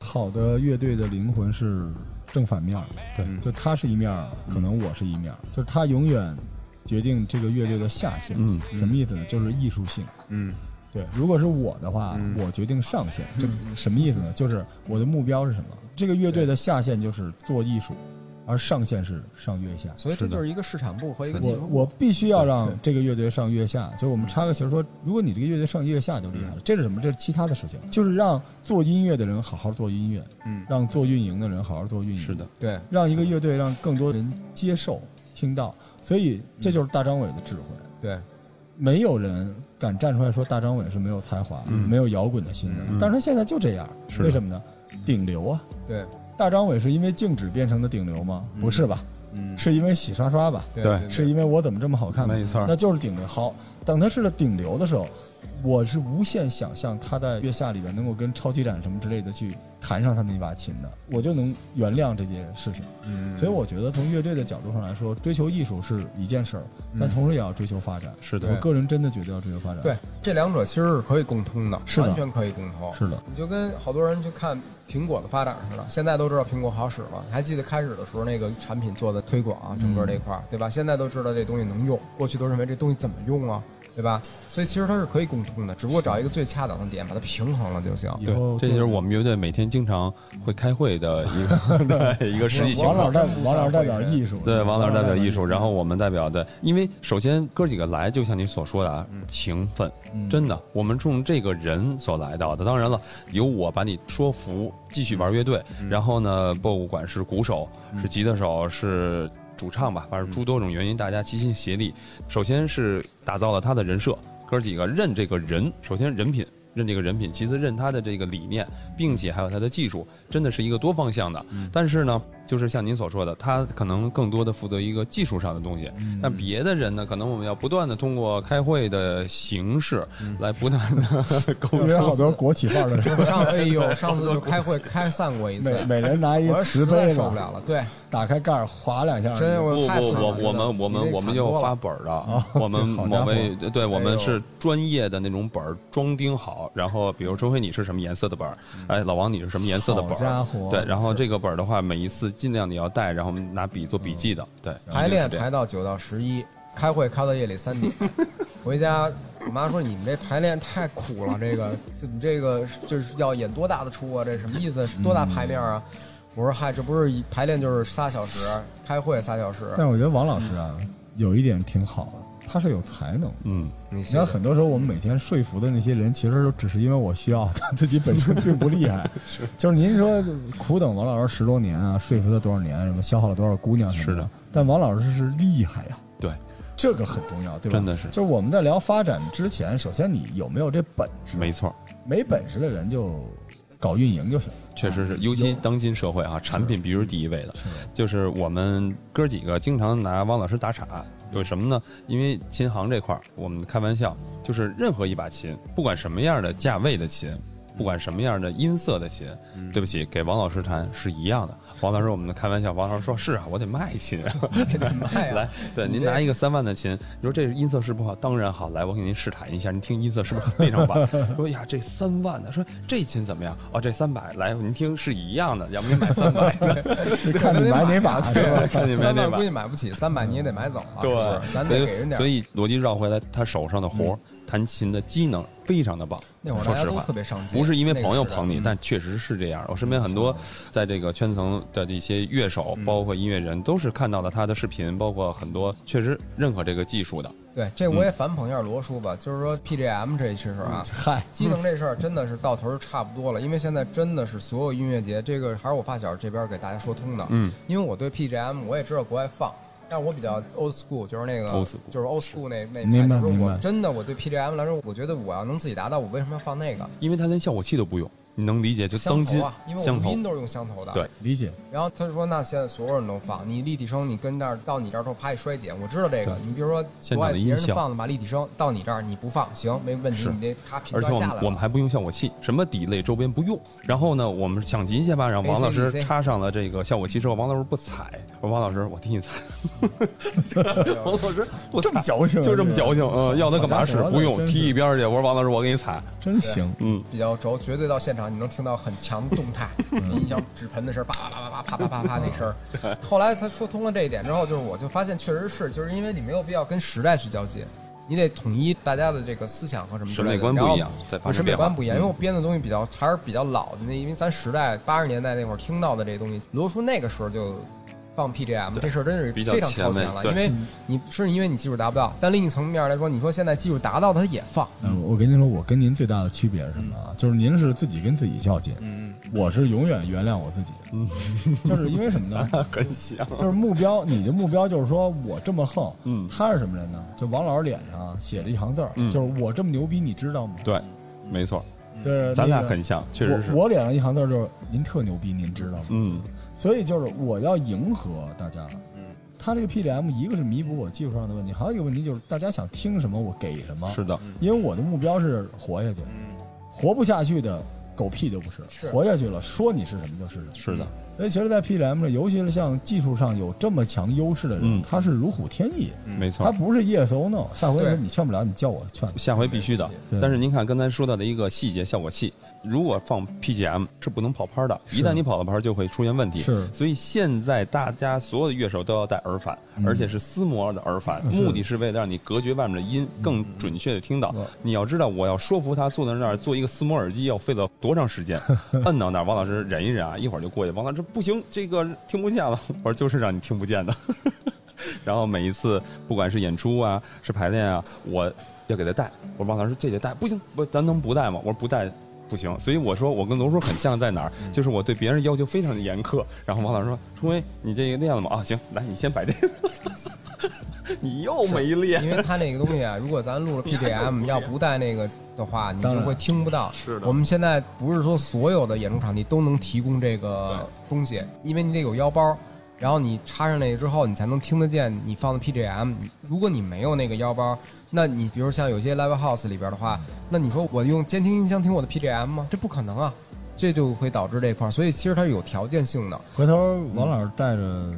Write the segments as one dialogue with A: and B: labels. A: 好的乐队的灵魂是正反面儿，
B: 对
A: 就他是一面儿，可能我是一面儿，就是他永远决定这个乐队的下限。
C: 嗯，
A: 什么意思呢？就是艺术性。
B: 嗯
A: 对，如果是我的话，
B: 嗯
A: 我决定上限。这什么意思呢？就是我的目标是什么？这个乐队的下限就是做艺术，而上限是上月下。
B: 所以这
C: 是的
B: 就是一个市场部和一个技
A: 我
B: 术部。
A: 我必须要让这个乐队上月下，所以我
C: 嗯
A: 们插个旗儿说，如果你这个乐队上月下就厉害了。这是什么？这是其他的事情，就是让做音乐的人好好做音乐，
B: 嗯，
A: 让做运嗯营的人好好做运营，
C: 是的，
B: 对，
A: 让一个乐队让更多人接受、听到。所以
C: 嗯
A: 这就是大张伟的智慧。
B: 对，
A: 没有人敢站出来说大张伟是没有才华、
C: 嗯
A: 没有摇滚的心的，
C: 嗯
A: 但是他现在就这样，
C: 是的
A: 为什么呢？顶流啊！
B: 对，
A: 大张伟是因为静止变成的顶流吗？
B: 嗯
A: 不是吧？
B: 嗯，
A: 是因为洗刷刷吧？
B: 对
C: 对
B: 对，
A: 是因为我怎么这么好看吗？
C: 没错儿
A: 那就是顶流。好，等他是个顶流的时候，我是无限想象他在月下里边能够跟超级展什么之类的去弹上他那把琴的，我就能原谅这件事情。
B: 嗯，
A: 所以我觉得从乐队的角度上来说，追求艺术是一件事儿，但
B: 嗯
A: 同时也要追求发展。
C: 是
A: 我
C: 的，
A: 个人真的觉得要追求发展。
B: 对，这两者其实是可以共通的，
A: 是的
B: 完全可以共通。
A: 是的，
B: 你就跟好多人去看苹果的发展似的，现在都知道苹果好使了。还记得开始的时候那个产品做的推广啊，整
A: 嗯
B: 个这块儿，对吧？现在都知道这东西能用，过去都认为这东西怎么用啊，对吧？所以其实它是可以共通的，只不过找一个最恰当的点把它平衡了就行。
A: 以
C: 对
A: 后，
C: 这就是我们乐队每天经常会开会的一 个对一个实际情
A: 王老
C: 况。
A: 嗯代
B: 真不
A: 王老
B: 算
A: 代
B: 会
A: 表
B: 人
A: 艺术，
C: 对，王老师代表艺术，然
A: 后
C: 后我们代表的，因为首先哥几个来，就像您所说的啊，
A: 嗯
C: 情分，真的，我们冲这个人所来到的。当然了，由我把你说服，继续玩乐队。
A: 嗯
C: 然后呢，不管是鼓手、是吉他手、是主唱吧，反正
A: 嗯
C: 诸多种原因，大家齐心协力。首先是打造了他的人设，哥几个认这个人，首先人品。认这个人品，其次认他的这个理念，并且还有他的技术，真的是一个多方向的。但是呢，就是像您所说的，他可能更多的负责一个技术上的东西，但别的人呢，可能我们要不断的通过开会的形式来不断 的沟
A: 因为好
C: 通。
A: 多国企范儿的 人，
B: 上哎 呦，上次就开会开散过一次，
A: 每每人拿一
B: 我
A: 瓷
B: 实在
A: 杯
B: 受
A: 吧，
B: 不了了。对，
A: 打开盖儿划两下，
B: 真
C: 不
B: 我
C: 不，
B: 太惨
C: 我
B: 了
C: 我们我
B: 你
C: 们
B: 这
C: 我们
B: 惨
C: 要
B: 多了
C: 发本儿的
A: 啊，
C: 我们
A: 这好家伙
C: 某位对，我
B: 哎
C: 们
B: 呦
C: 是专业的那种本儿装订好，然后比如周辉你是什么颜色的本儿，
B: 嗯
C: 哎，老王你是什么颜色的本
A: 好家
C: 儿，
A: 伙，
C: 对，然后这个本儿的话，每一次尽量你要带，然后我们拿笔做笔记的，对，
B: 嗯排
C: 一定
B: 练
C: 是这样
B: 排到九到十一，开会开到夜里三点， 回家我妈说你们这排练太苦了，这个怎么这个就是要演多大的出啊？这什么意思？是多大排面啊？
C: 嗯
B: 我说嗨，这不是一排练就是仨小时，开会仨小时。
A: 但我觉得王老师啊，有一点挺好的，他是有才能的。
C: 嗯，
B: 你
A: 你看，很多时候我们每天说服的那些人，其实只是因为我需要，他自己本身并不厉害。 是，就是您说苦等王老师十多年啊，说服他多少年，什么消耗了多少姑娘什么
C: 是的。
A: 但王老师是厉害呀、
C: 对，
A: 这个很重要，对吧？
C: 真的是
A: 嗯就是我们在聊发展之前，首先你有没有这本事？
C: 没错儿。
A: 没本事的人就搞运营就行。
C: 确实是，尤其当今社会啊，产品必须是第一位的。
A: 是
C: 就是我们哥几个经常拿汪老师打岔，有什么呢？因为琴行这块儿，我们开玩笑，就是任何一把琴，不管什么样的价位的琴，不管什么样的音色的琴，对不起，给王老师弹是一样的。王老师，我们开玩笑，王老师说是啊，我得卖琴啊，
B: 这怎 么卖
C: 来
B: 啊？，
C: 对，
B: 你
C: 您
B: 这
C: 拿一个三万的琴，你说这音色是不好，当然好，来，我给您试弹一下，您听音色是不是非常棒？ 说哎呀，这三万的，说这琴怎么样？哦，这三百，来，您听是一样的，要不您买 三百？
A: 看你买哪把是吧？
C: 看见没
B: 啊三
C: 那
B: 万
C: 把
B: 估计买不起，三百你也得买走啊。是不是咱
C: 对，
B: 得
C: 所
B: 给人
C: 以
B: 点。嗯
C: 所以逻辑绕回来，他手上的活儿，弹琴的机能非常的棒。
B: 那会儿
C: 说
B: 大家
C: 实
B: 都
C: 话
B: 特，别上进，
C: 不是因为
B: 那个
C: 朋友
B: 时代
C: 捧你，但确实是这样。我身边很多在这个圈层的一些乐手，
B: 嗯
C: 包括音乐人，都是看到了他的视频，包括很多确实认可这个技术的。
B: 对这
C: 嗯
B: 我也反捧一下罗叔吧，就是说 PGM 这事儿啊，
A: 嗨，
B: 机能这事儿真的是到头儿差不多了，因为现在真的是所有音乐节，这个还是我发小这边给大家说通的。
C: 嗯，
B: 因为我对 PGM 我也知道国外放，但是我比较 old school，就是那个
C: old school
B: 就是 old school 那那
A: 明白
B: 派就是
A: 明
B: 我
A: 白
B: 真的我对 PGM 来说，我觉得我要能自己达到，我为什么要放那个
C: 因为它连效果器都不用，你能理解？就
B: 香
C: 当今
B: 头啊？因为我
C: 香
B: 录
C: 头
B: 音，都是用香头的。
C: 对
A: 理解。
B: 然后他就说，那现在所有人都放，你立体声，你跟那儿到你这儿之后啪一衰减，我知道这个
C: 对。
B: 你比如说
C: 现
B: 国外
C: 场的
B: 别人
C: 音效
B: 放的吧，立体声到你这儿你不放，行，没问题
C: 是，
B: 你这咔频
C: 而且
B: 段
C: 我
B: 下
C: 们
B: 来了。
C: 我们还不用效果器，什么底类周边不用。然后呢，我们想尽一切办法让王老师
B: ACDC
C: 插上了这个效果器之后，王老师不踩，我说王老师我替 你踩，王老师不踩
A: 这么矫情啊
C: 就这么
A: 这个
C: 矫情，嗯，要他干嘛
A: 好
C: 使
A: 家伙
C: 不
A: 那
C: 用，
A: 真是
C: 踢一边儿去。我说王老师我给你踩，
A: 真行。
C: 嗯，
B: 比较轴，绝对到现场上，你能听到很强的动态，音响纸盆的声儿，叭叭叭叭叭啪啪啪啪那声
C: 嗯
B: 儿。 后来他说通了这一点之后，就是我就发现确实是，就是因为你没有必要跟时代去交接，你得统一大家的这个思想和什么之
C: 审
B: 类的
C: 美观
B: 然
C: 不
B: 后
C: 一样，在发
B: 我
C: 生
B: 审美
C: 变化嗯
B: 观不一样，因为我编的东西比较还是比较老的，那因为咱时代八十年代那会儿听到的这东西，罗叔那个时候就放 PGM 这事儿真是
C: 比较
B: 非常超前
C: 前卫
B: 了，
C: 对嗯
B: 因为你是因为你技术达不到，但另一层面来说，你说现在技术达到它也放，
A: 嗯，我跟您说，我跟您最大的区别是什么
C: 嗯
A: 啊？就是您是自己跟自己较劲，
B: 嗯，
A: 我是永远原谅我自己。嗯， 就是因为什么 呢？
C: 很像。
A: 就是目标，你的目标就是说我这么横，
C: 嗯
A: 他是什么人呢？就王老师脸上写了一行字儿，
C: 嗯
A: 就是我这么牛逼，你知道吗？
C: 对，没错，
A: 对，
C: 咱俩
A: 那个
C: 很像，确实是。
A: 我我脸上一行字儿就是您特牛逼，您知道吗？
C: 嗯，
A: 所以就是我要迎合大家。
B: 嗯，
A: 他这个 PDM 一个是弥补我技术上的问题，还有一个问题就是大家想听什么我给什么。
C: 是的，
A: 因为我的目标是活下去，活不下去的狗屁都不是，
B: 是
A: 活下去了说你是什么就是什么。
C: 是的，
A: 所以其实，在 PDM 这，尤其是像技术上有这么强优势的人，
C: 嗯
A: 他是如虎添翼，
C: 没
A: 嗯他
C: 错。
A: 不是 E yes or no。下回
B: 对
A: 你劝不了，你叫我劝。
C: 下回必须的
A: 对。
C: 但是您看刚才说到的一个细节效果器，如果放 PGM 是不能跑拍的，
A: 是
C: 一旦你跑了拍就会出现问题。
A: 是
C: 所以现在大家所有的乐手都要戴耳返，而且是丝膜的耳返，目的是为了让你隔绝外面的音，更准确的听到
A: 嗯。
C: 你要知道，我要说服他坐在那儿做一个丝膜耳机要费了多 长时间？摁到那儿，王老师忍一忍啊，一会儿就过去。王老师不行，这个听不见了。我说就是让你听不见的。 然后每一次不管是演出啊，是排练啊，我要给他带。我说王老师这得带，不行，不咱能不带吗？我说不带。不行，所以我说我跟罗叔很像，在哪儿？
B: 嗯
C: 就是我对别人要求非常的严苛。然后王老师说：“冲威，你这个练了吗？”啊，行，来，你先摆这个。 你又没练，
B: 因为它那个东西啊，如果咱录了 PGM，要不带那个的话，你
A: 当
B: 就
A: 然
B: 会听不到。
C: 是的
B: 我们现在不是说所有的演出场地都能提供这个东西，因为你得有腰包，然后你插上那个之后，你才能听得见你放的 PGM。如果你没有那个腰包，那你比如像有些 live house 里边的话，那你说我用监听音箱听我的 PGM 吗？这不可能啊！这就会导致这块儿，所以其实它是有条件性的。
A: 回头王老师带着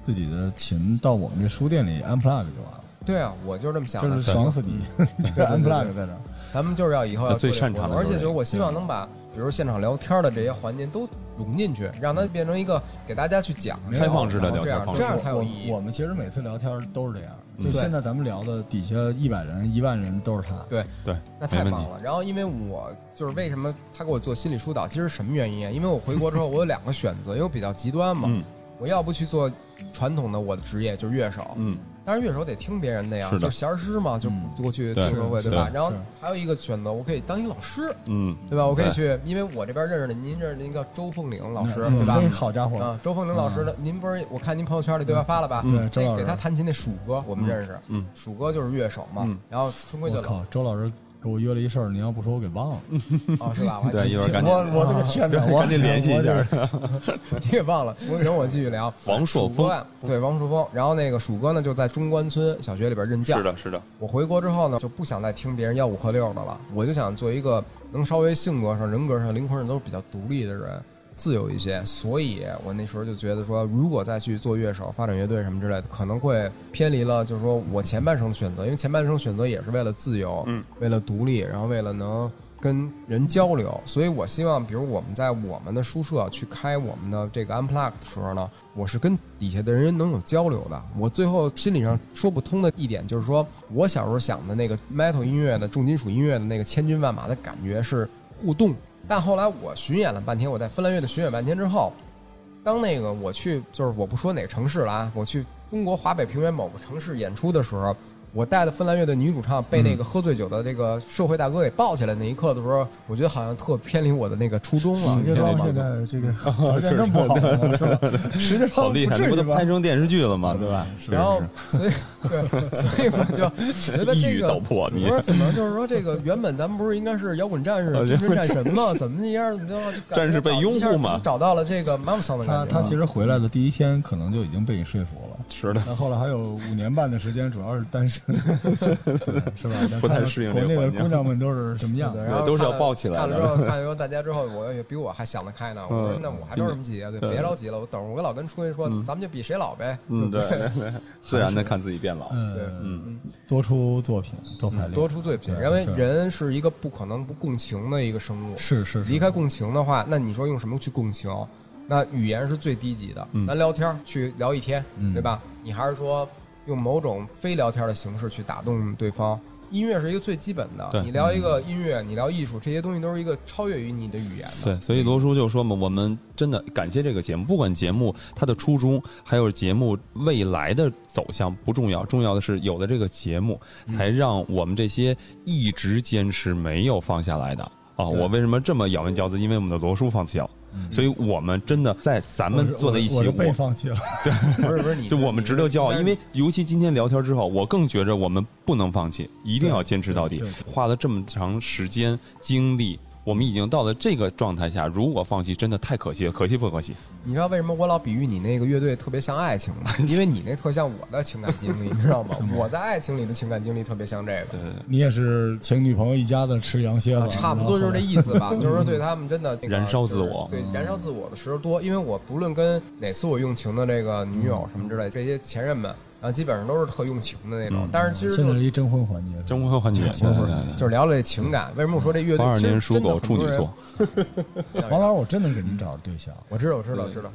A: 自己的琴到我们这书店里 unplug 就完了，
B: 对啊，我就是这么想
A: 就
B: 的。
A: 是爽死你！ 这 unplug 在这儿，
B: 咱们就是要以后要
C: 最
B: 做这
C: 擅
B: 个
C: 长
B: 活动
C: 的嗯
B: 而
C: 就
B: 且就
C: 是
B: 是
C: 这个
B: 我希望能把，比如现场聊天的这些环节都融进去，让
C: 嗯
B: 它变成一个给大家去讲
A: 没
C: 有开放式嗯的
B: 然后这
C: 聊
B: 样
C: 天
B: 这样才有意义
A: 我。我。们其实每次聊天都是这样，就
B: 对
A: 现在咱们聊的底下一百人、一万人都是他。
B: 对，
C: 对，
B: 那
C: 没
B: 太
C: 问
B: 棒
C: 题。
B: 了。然后，因为我就是为什么他给我做心理疏导，其实什么原因啊？因为我回国之后，我有两个选择，因为我比较极端嘛，
C: 嗯
B: 我要不去做传统的我的职业，就是乐手，
C: 嗯，
B: 但是乐手得听别人的呀，
C: 是的
B: 就弦儿师嘛，就
A: 嗯
B: 过去
C: 对
B: 听歌会，
A: 是
B: 对吧？
A: 是
B: 然后
A: 是
B: 还有一个选择，我可以当一个老师，
C: 嗯，
B: 对吧？我可以
C: 对
B: 去，因为我这边认识的，您认识的一个叫周凤岭老师，
A: 嗯
B: 对吧？
A: 嘿好家伙，
B: 啊，周凤玲老
C: 嗯
B: 师的，您不是我看您朋友圈里对吧发了吧？
A: 嗯对周老
B: 那
A: 师
B: 给他弹琴那鼠哥，我们认识，
C: 嗯，
B: 鼠哥就是乐手嘛
C: 嗯。
B: 然后春归就
A: 我
B: 老
A: 靠，周老师给我约了一事儿，你要不说我给忘了。
B: 啊， 是吧？我还
C: 对，一会儿嗯赶紧啊
A: 我我的个天哪！我
C: 赶紧联系 一下。
B: 你给忘了，行，我继续聊。
C: 王朔峰
B: 鼠哥，啊对王朔峰。然后那个鼠哥呢，就在中关村小学里边任教
C: 是。的，是的，
B: 我回国之后呢，就不想再听别人要五和六的了，我就想做一个能稍微性格上、人格上、灵魂上都是比较独立的人，自由一些。所以我那时候就觉得说，如果再去做乐手、发展乐队什么之类的，可能会偏离了，就是说我前半生的选择，因为前半生选择也是为了自由，
C: 嗯，
B: 为了独立，然后为了能。跟人交流，所以我希望，比如我们在我们的书社去开我们的这个 unplug 的时候呢，我是跟底下的人能有交流的。我最后心理上说不通的一点就是说，我小时候想的那个 metal 音乐的重金属音乐的那个千军万马的感觉是互动，但后来我巡演了半天，我在芬兰乐队巡演半天之后，当那个我去就是我不说哪个城市了啊，我去中国华北平原某个城市演出的时候，我带的芬兰乐队女主唱被
C: 嗯
B: 那个喝醉酒的这个社会大哥给抱起来那一刻的时候，我觉得好像特偏离我的那个初衷
C: 嗯
B: 了。
A: 石家庄
B: 你
A: 现
B: 知道吗
A: 在这个条件这么好吗？是吧？石家
C: 好
A: 庄
C: 厉害，
A: 不
C: 这
A: 至
C: 不
A: 于
C: 都
A: 吧
C: 拍？成电视剧了吗？对吧？
A: 是
B: 然后，所以，对， 所以我就 觉得
C: 一
B: 这
C: 语
B: 个
C: 道破你啊
B: 我说怎么就是说这个原本咱们不是应该是摇滚战士、精神 战神吗？怎么这样怎么着就感觉
C: 战士被拥护嘛
B: 找到了这个妈妈桑的
A: 他
B: 感觉。
A: 他其实回来的第一天，可能就已经被你说服了。
D: 是
B: 嗯
D: 的，
A: 那后来还有五年半的时间，主要是单身，对是吧？咱
D: 不太
A: 看看
D: 适应这
A: 国
D: 个
A: 内的
D: 环境
A: 姑娘们嗯都是什么样
B: 对
A: 的？
B: 然后
D: 都是要
B: 看
D: 抱起来
B: 看了
D: 的
B: 之后，看了之后大家之后，我也比我还想得开呢。我说
D: 嗯
B: 那我还着什么急啊？对，
D: 对
B: 别着急了。我等会儿我老跟春云说，咱们就比谁老呗。
D: 嗯，对对对，自然的看自己变老，
B: 对
A: 呃，
D: 嗯，
A: 多出作品，多排练，
B: 嗯多出作品，
A: 对
B: 因为
A: 对
B: 人是一个不可能不共情的一个生物。
A: 是是是
B: 离开共情的话，那你说用什么去共情？那语言是最低级的，
C: 嗯
B: 咱聊天儿去聊一天，
A: 嗯
B: 对吧？你还是说用某种非聊天的形式去打动对方。音乐是一个最基本的，
C: 对
B: 你聊一个音乐，你聊艺术，这些东西都是一个超越于你的语言的。
C: 对，所以罗叔就说嘛，我们真的感谢这个节目，不管节目它的初衷，还有节目未来的走向不重要，重要的是有了这个节目，才让我们这些一直坚持没有放下来的。啊，
B: 对
C: 我为什么这么咬文嚼字？因为我们的罗叔放弃了，所以我们真的在咱
A: 嗯我
C: 们
A: 是
C: 坐在一起，
A: 我是
C: 我
A: 被放弃了。
B: 不是不是你，
C: 就我们值得骄傲，
B: 你
C: 因为尤其今天聊天之后，我更觉着我们不能放弃，一定要坚持到底
A: 对对对。
C: 花了这么长时间精力，我们已经到了这个状态下，如果放弃，真的太可惜了，可惜不可惜？
B: 你知道为什么我老比喻你那个乐队特别像爱情 吗？因为你那特像我的情感经历，你知道吗？我在爱情里的情感经历特别像这个，
A: 你也是请女朋友一家子吃羊
C: 啊
A: 蝎子，
B: 差不多就是这意思吧。就是说对他们真的那个
C: 嗯燃烧自
B: 就是
C: 我嗯
B: 对燃烧自我的时候多。因为我不论跟哪次我用情的这个女
C: 嗯
B: 友什么之类，这些前任们，然后基本上都是特用情的那种
C: 嗯。
B: 但是其实
A: 现在
B: 就是
A: 一征婚环节，
C: 征婚环节，
A: 征婚环
C: 对
A: 节
B: 就是聊了这情感，为什么我说这乐队
C: 嗯八二
B: 其实
C: 年属
B: 真的
C: 狗
B: 很
C: 处
B: 多
C: 女
B: 人
C: 座，
A: 王老师，我真能给您找着对象。
B: 我知道，我知道，我知道。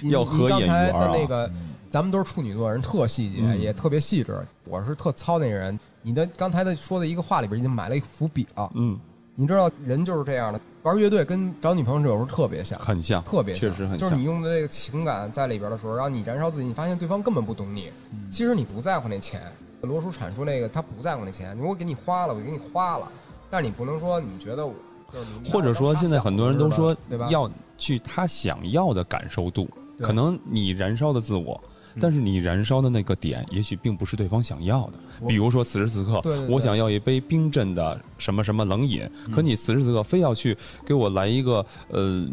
B: 你
C: 要
B: 你
C: 合
B: 刚
C: 眼
B: 才
C: 缘
B: 的
C: 儿啊嗯
B: 那个，咱们都是处女座，人特细节，也特别细致。我是特糙那人。你的刚才的说的一个话里边已经埋了一个伏笔了。
C: 嗯，
B: 你知道人就是这样的，玩乐队跟找女朋友有时候特别像，
C: 很像，
B: 特别像
C: 确实很
B: 就是你
C: 像。
B: 用的这个情感在里边的时候，然后你燃烧自己，你发现对方根本不懂你。
C: 嗯
B: 其实你不在乎那钱。罗叔阐述那个，他不在乎那钱，我给你花了，我给你花了，但是你不能说你觉得我。就是你拿
C: 或者
B: 我当
C: 说，
B: 傻
C: 现在
B: 小
C: 很
B: 子
C: 多人
B: 似
C: 都
B: 的
C: 说
B: 对吧？
C: 要去他想要的感受度，
B: 对嗯
C: 可能你燃烧的自我。但是你燃烧的那个点，也许并不是对方想要的。
B: 我
C: 比如说，此时此刻
B: 对对，嗯对
C: 我想要一杯冰镇的什么什么冷饮，可你此时此刻非要去给我来一个，呃，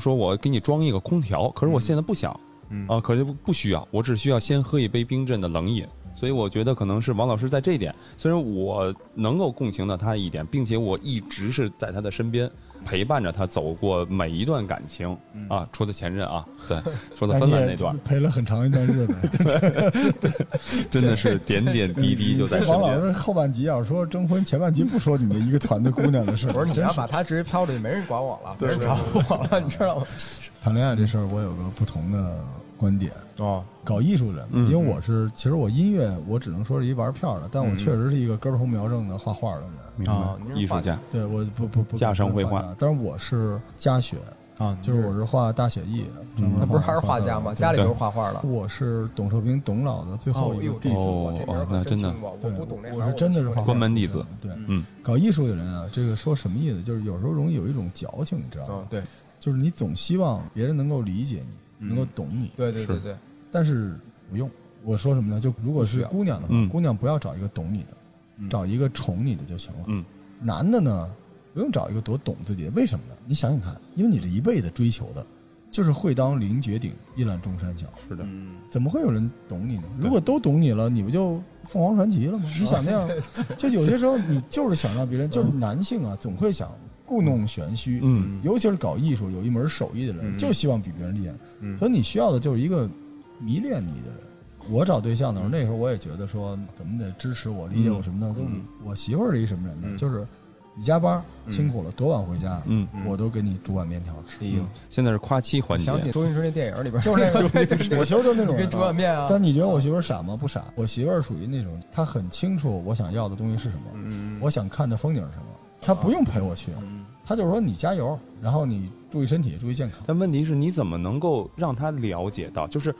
C: 说我给你装一个空调，可是
B: 嗯
C: 我现在不想，
A: 嗯
C: 啊，可是不需要，我只需要先喝一杯冰镇的冷饮。所以我觉得可能是王老师在这一点，虽然我能够共情到他一点，并且我一直是在他的身边陪伴着他走过每一段感情啊，除了前任啊， 对，除了
A: 哎嗯
C: 芬
A: 你
C: 兰
A: 也
C: 那段，
A: 陪了很长一段日子。
C: 真的是点点 滴滴就在身
A: 王老
C: 边。
A: 师后半集要是说征婚，前半集不说你们一个团的姑娘的事儿，
B: 不是你
A: 真
B: 要把他直接飘出去，没人管我了，没人找我了，你知道吗？
A: 谈恋爱这事儿，我有个不同的观点。
B: 哦，
A: 搞艺术人，
C: 嗯
A: 因为我是其实我音乐我只能说是一玩票的，但
C: 嗯
A: 我确实是一个根红苗正的画画的人。
C: 明白
B: 哦您是
C: 艺术
B: 画
C: 家，
A: 对，我不不不
C: 架上绘画
A: 不是画家，但是我是家学，
B: 啊，
A: 就是我是画大雪艺，
C: 嗯
A: 专门
B: 那不是还是画
A: 画
B: 家
A: 画
B: 吗？
A: 的
B: 家里都是哦哎
C: 对
B: 画画的。
A: 我是董寿平董老的最后一个弟子，
B: 我这名儿
C: 哦
B: 可
C: 那真的
B: 听过我
A: 对
B: 不懂这行，
A: 我是真的是
B: 我
A: 画画
C: 关门弟子。
A: 对，
C: 嗯，
A: 搞艺术的人啊，这个说什么意思？就是有时候容易有一种矫情，你知道吗？
B: 嗯，对
A: 就是你总希望别人能够理解你，
C: 嗯
A: 能够懂你，
B: 对对对对，
C: 哎
A: 但是不用。我说什么呢？就如果
B: 不需
A: 是
B: 要
A: 姑娘的话，
C: 嗯
A: 姑娘不要找一个懂你的，找一个宠你的就行了。
C: 嗯
A: 男的呢，不用找一个多懂自己的，为什么呢？你想想看，因为你这一辈子追求的，就是会当凌绝顶，一览众山小。
C: 是的，
D: 嗯，
A: 怎么会有人懂你呢？如果都懂你了，你不就凤凰传奇了吗？你想那样，就有些时候你就是想让别人，就是男性啊，总会想故弄玄虚，
C: 嗯
A: 尤其是搞艺术有一门手艺的人，就希望比别人厉害，
B: 嗯
A: 所以你需要的就是一个迷恋你的人。我找对象的时候，那时候我也觉得说，怎么得支持我、理解我什么的。
B: 嗯
A: 就我媳妇儿是一什么人呢？就是你加班
B: 嗯
A: 辛苦了，多晚回家，
C: 嗯，
A: 我都给你煮碗面条吃。
B: 哎呦，
C: 现在是夸妻环节
B: 想，起周星驰那电影里边，
A: 嗯就是那
B: 对对对
A: 我媳妇儿就那种人
B: 你跟
A: 啊
B: 煮碗面啊，
A: 但你觉得我媳妇儿傻吗？不傻，我媳妇儿属于那种，她很清楚我想要的东西是什么，
B: 嗯
A: 我想看的风景是什么，她不用陪我去，
B: 嗯
A: 她就是说你加油，然后你注意身体，注意健康。
C: 但问题是，你怎么能够让他了解到？就是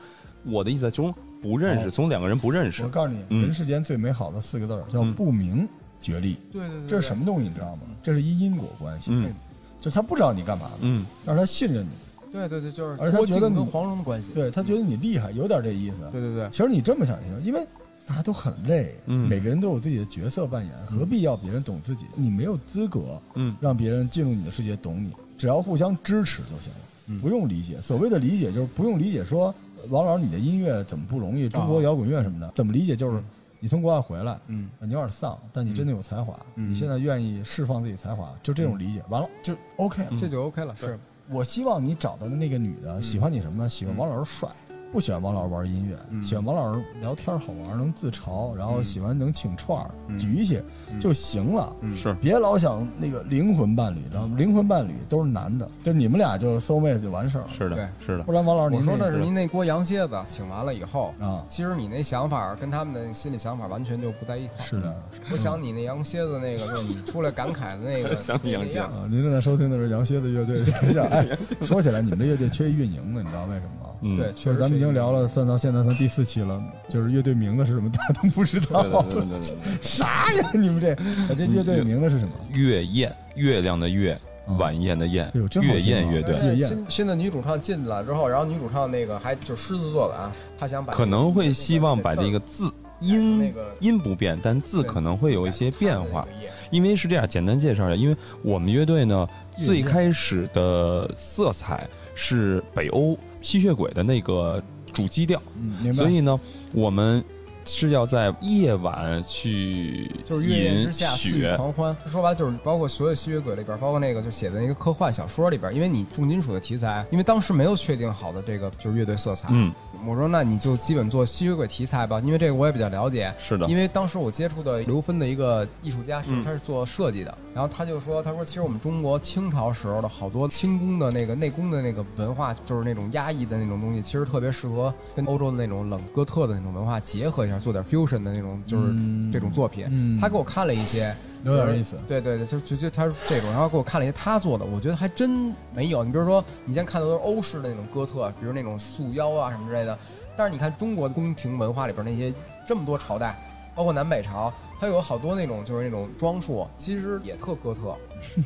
C: 我的意思，从不认识，
A: 哦
C: 从两个人不认识
A: 我，告诉你，
C: 嗯
A: 人世间最美好的四个字儿叫
C: 嗯
A: 不明觉厉，
B: 对对对，
A: 这是什
B: 么？
A: 么东西你知道吗？这是一因果关系，
C: 嗯
A: 就是他不知道你干嘛的，
C: 嗯，
A: 但是他信任你，
B: 对对对，就是
A: 而且他
B: 郭
A: 觉
B: 靖
A: 得
B: 跟
A: 你
B: 黄蓉的关系，
A: 对他觉得你厉害，有点这意思。
B: 对对对，
A: 其实你这么想也行，因为大家都很累，
C: 嗯
A: 每个人都有自己的角色扮演，何必要别人懂自己？你没有资格，
C: 嗯
A: 让别人进入你的
C: 嗯
A: 世界懂你，只要互相支持就行了，不用理解。所谓的理解就是不用理解说呃王老师，你的音乐怎么不容
C: 啊
A: 易？中国摇滚乐什么的，怎么理解？就是
C: 嗯
A: 你从国外回来，
B: 嗯，
A: 你有点丧，但你真的有才华，
B: 嗯
A: 你现在愿意释放自己才华，就这种理解，完了就 OK 了。
B: 这就 OK 了，是
A: 我希望你找到的那个女的喜欢你什么呢？喜欢王老师帅，不喜欢王老师玩音乐，
B: 嗯
A: 喜欢王老师聊天好玩，能自嘲，然后
B: 嗯
A: 喜欢能请串儿、
B: 嗯
A: 举一些就行了。
B: 嗯
D: 是
A: 别老想那个灵魂伴侣，知道吗？灵魂伴侣都是男的，就你们俩就 soul mate 就完事儿了。
D: 是的， 是的
A: 不，然王老师，
B: 我
A: 您
B: 说
A: 那
B: 的是
D: 是
B: 您那锅羊蝎子，请完了以后，
A: 啊，
B: 其实你那想法跟他们的心里想法完全就不在一块儿。
A: 是的，
B: 我想你那羊蝎子那个，就是你出来感慨的那 个，
D: 想你羊蝎子
B: 那样
A: 啊，您正在收听的是羊蝎子乐队的形象。 哎，说起来，你们这乐队缺运营的，你知道为什么吗？
C: 嗯
B: 对，
A: 就
B: 确
A: 是
B: 实
A: 咱们已经聊了，算到现在算第四期了，就是乐队名字是什么，大家都不知道
D: 对
C: 哦
D: 对对对对对。
A: 啥呀？你们这哎这乐
C: 嗯
A: 队名字是什么？
C: 月宴，月亮的月，晚宴的宴
A: 哎呦真，好
C: 月
A: 听
C: 宴
A: 啊
C: 乐队
A: 哎。夜宴
B: 新新的女主唱进来之后，然后女主唱那个还就狮子座的啊，她想把
C: 可能会希望把这
B: 那
C: 个
B: 个
C: 字
B: 那
C: 音
B: 个
C: 音不变，但字可能会有一些变化
B: 字改。成她的那个页
C: 因为是这样，简单介绍一下，因为我们乐队呢
A: 乐
C: 最开始的色彩是北欧吸血鬼的那个主基调，
A: 嗯，明白。
C: 所以呢，我们是要在夜晚去
B: 就是月夜
C: 饮
B: 之下细雨
C: 雪。
B: 狂欢，说白了就是包括所有吸血鬼里边，包括那个就写在那个科幻小说里边，因为你重金属的题材，因为当时没有确定好的这个就是乐队色彩，
C: 嗯，
B: 我说那你就基本做吸血鬼题材吧，因为这个我也比较了解。
C: 是的
B: 因，为当时我接触的刘芬的一个艺术家，是他是做设计的，然后他就说，他说其实我们中国清朝时候的好多清宫的那个内宫的那个文化，就是那种压抑的那种东西，其实特别适合跟欧洲的那种冷哥特的那种文化结合一下，做点 fusion 的那种就是
A: 嗯
B: 这种作品。
A: 嗯
B: 他给我看了一些，
A: 有点意思
B: 对对对，就就就他是这种，然后给我看了一些他做的，我觉得还真没有。你比如说，你先看的都是欧式的那种哥特，啊比如那种束腰啊什么之类的，但是你看中国的宫廷文化里边那些这么多朝代，包括南北朝，它有好多那种就是那种装束，其实也特哥 特，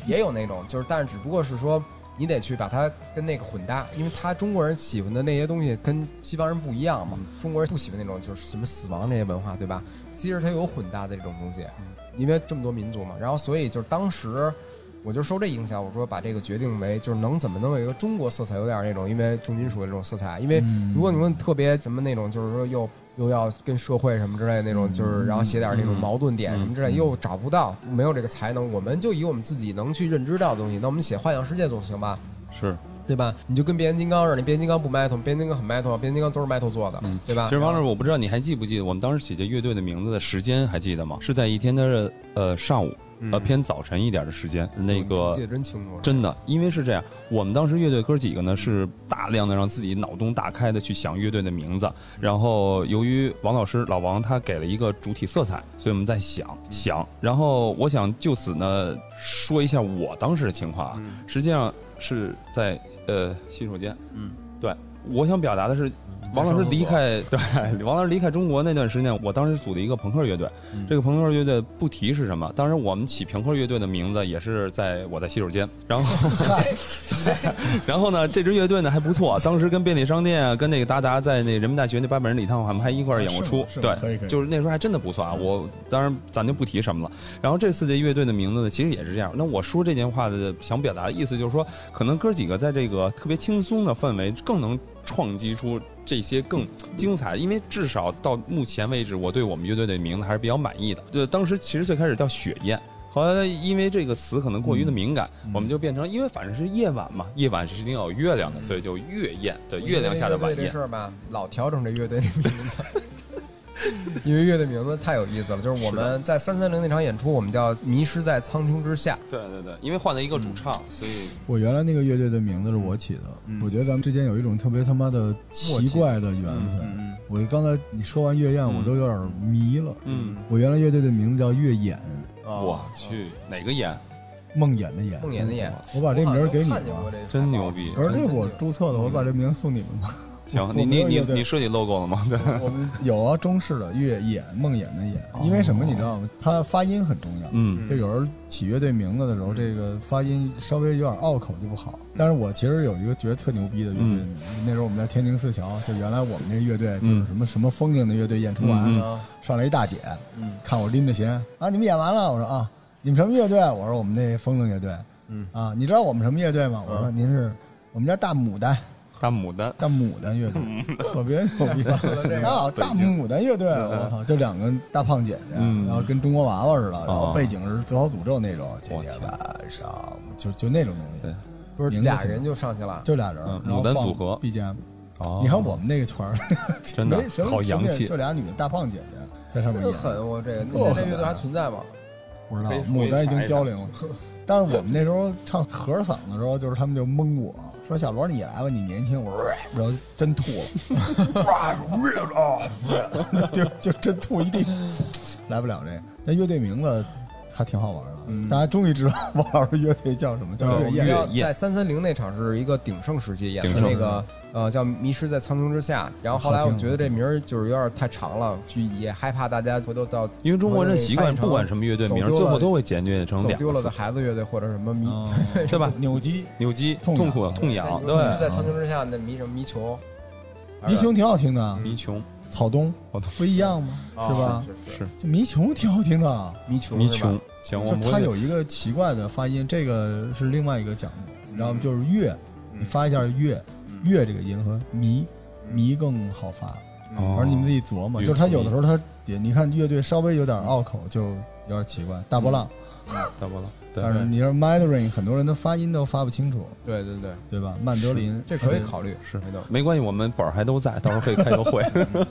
B: 也有那种就是，但是只不过是说。你得去把它跟那个混搭，因为他中国人喜欢的那些东西跟西方人不一样嘛。中国人不喜欢那种就是什么死亡这些文化，对吧？其实它有混搭的这种东西，因为这么多民族嘛。然后所以就是当时我就受这影响，我说把这个决定为就是能怎么能有一个中国色彩，有点那种因为重金属的这种色彩。因为
C: 嗯
B: 如果你们特别什么那种，就是说又又要跟社会什么之类的那种，
C: 嗯
B: 就是然后写点那种矛盾点什么之类，又找不到，没有这个才能，我们就以我们自己能去认知到的东西，那我们写幻想世界总行吧？
D: 是，
B: 对吧？你就跟变形金刚似的，变形金刚不 metal，变形金刚很 metal，变形金刚都是 metal 做的，对吧？
C: 嗯其实王老
B: 啊然
C: 师，
B: 后嗯
C: 我不知道你还记不记得我们当时起这乐队的名字的时间还记得吗？是在一天的呃上午，呃偏早晨一点的时间。那
B: 你
C: 个
B: 记得真清楚了，
C: 真的，因为是这样，我们当时乐队哥几个呢是大量的让自己脑洞大开的去想乐队的名字，然后由于王老师老王他给了一个主体色彩，所以我们在想
B: 嗯
C: 想，然后我想就此呢说一下我当时的情况啊，
B: 嗯
C: 实际上是在呃洗手间，
D: 嗯，
C: 对，我想表达的是。王老师离开对， 王老师离开中国那段时间，我当时组的一个朋克乐队，
A: 嗯
C: 这个朋克乐队不提是什么，当时我们起朋克乐队的名字也是在我在洗手间，然后 然后呢，这支乐队呢还不错，当时跟便利商店啊，跟那个达达在那人民大学那八百人礼堂，我们还一块儿演过出
A: 啊是，吗是吗
C: 对，
A: 可以可以
C: 就是那时候还真的不错啊。我当然咱就不提什么了。然后这次这乐队的名字呢，其实也是这样。那我说这件话的想表达的意思就是说，可能哥几个在这个特别轻松的氛围，更能创击出这些更精彩。因为至少到目前为止，我对我们乐队的名字还是比较满意的。对，当时其实最开始叫雪燕。后来因为这个词可能过于的敏感，我们就变成，因为反正是夜晚嘛，夜晚是一定要有月亮的，所以就月宴，嗯对，月亮下的晚
B: 这
C: 宴
B: 事。儿吧，老调整这乐队这名字， 因为乐队名字太有意思了。就是我们在三三零那场演出，我们叫《迷失在苍穹之下
C: 对对对，因为换了一个主唱，所以
A: 我原来那个乐队的名字是我起的，
C: 嗯
A: 我觉得咱们之间有一种特别他妈的奇怪的缘
C: 嗯
A: 分。我刚才你说完月宴，我都有点迷了。
C: 嗯，
A: 我原来乐队的名字叫月眼，》
B: 啊，
C: 我去哪个演
A: 梦魇的魇。
B: 梦魇的魇，
A: 我把这名儿给你
B: 我好像都看见
A: 了。
B: 过这个海报
C: 真牛！逼！
A: 我说这我注册的，我把这名送你们吧。
C: 行
A: 我，
C: 你
A: 没
C: 你
A: 有
C: 你
A: 乐队
C: 你设计 logo 了吗？对，
A: 我
B: 嗯
A: 们有啊，中式的月眼梦魇的
B: 哦
A: 魇，因为什么你知道吗？它发音很重要。
C: 嗯
A: 就有时候起乐队名字的时候，这个发音稍微有点拗口就不好。但是我其实有一个觉得特牛逼的乐队，
C: 嗯
A: 那时候我们在天津四桥，就原来我们那乐队就是什么、什么风筝的乐队演出完，
C: 嗯
B: 嗯
A: 上来一大姐，看我拎着琴啊，你们演完了，我说啊，你们什么乐队？啊我说我们那风筝乐队，
B: 嗯
C: 嗯
A: 啊，你知道我们什么乐队吗？我说您是我们叫大牡丹。
C: 大牡丹，
A: 大牡丹乐队，特别牛 逼啊！大牡丹乐队，我靠，就两个大胖姐姐，
C: 嗯哦
A: 然后跟中国娃娃似的，然后背景是《最好诅咒》那种，今天晚上就就那种东西，
B: 不是
A: 名字
B: 俩
A: 挺
B: 人就上去了，
A: 就俩人
C: 嗯，
A: 然后
C: 牡丹
A: 放
C: 组合
A: BGM。
C: 哦
A: 你看我们那个圈儿，
C: 真的
A: 没什么
C: 好洋
A: 兄弟
C: 气
A: 就俩女的大胖姐姐在上面
B: 这
A: 演，
B: 狠我这个，那
A: 特
B: 现在
A: 狠
B: 乐队还存在吗？
A: 不知道
D: 可以
A: 牡丹已经凋零了。 但是我们那时候唱和嗓的时候，就是他们就蒙我说：“小罗你来吧，你年轻。”我说：“哎然后真吐了，哇， 就就真吐一地，来不了这个。但乐队名字还挺好玩的，大家终于知道王老师乐队叫什么，叫月
C: 对
B: 你知
A: 夜
B: 道在三三零那场是一个鼎盛时期演
C: 鼎
B: 的
C: 盛
B: 那个呃叫《迷失在苍穹之下》，然后后来
A: 好
B: 我
A: 听
B: 觉得这名儿就是有点太长了，就也害怕大家回头到
C: 因为中国人习惯，不管什么乐队名，
B: 走丢了
C: 最后都会简略成
B: 走
C: 两
B: 丢
C: 个
B: 了
C: 字
B: 的，孩子乐队或者什么迷，
A: 哦
C: 是 吧？
A: 扭机
C: 扭机、
A: 痛
C: 痛
A: 痒
C: 苦、痛痒，
B: 迷失
C: 嗯对，嗯
B: 在苍穹之下那迷什么迷球，啊
A: 迷
B: 球
A: 熊挺好听的，
C: 迷穷
A: 草东
C: 草东
A: 不一样吗？ 是吧？
B: 哦是
C: 是
A: 就迷熊挺好听的，啊
B: 迷球
C: 迷
B: 是吧
C: 穷。行，我
A: 就
C: 们
A: 它
C: 回去
A: 有一个奇怪的发音，这个是另外一个讲究。然后就是乐，
C: 嗯
A: 你发一下乐，乐这个音和迷，迷更好发。
C: 哦
A: 而你们自己琢磨，
C: 乐
A: 就是它有的时候它也，你看乐队稍微有点拗口就有点奇怪，大波浪。
C: 大波浪，嗯对
A: 但，是你说 Mandarin，很多人的发音都发不清楚，
B: 对对对，
A: 对吧？曼德林
B: 这可以考虑，
C: 是
B: 没错
C: 没关系，我们本儿还都在，到时候可以开个 会，
B: 对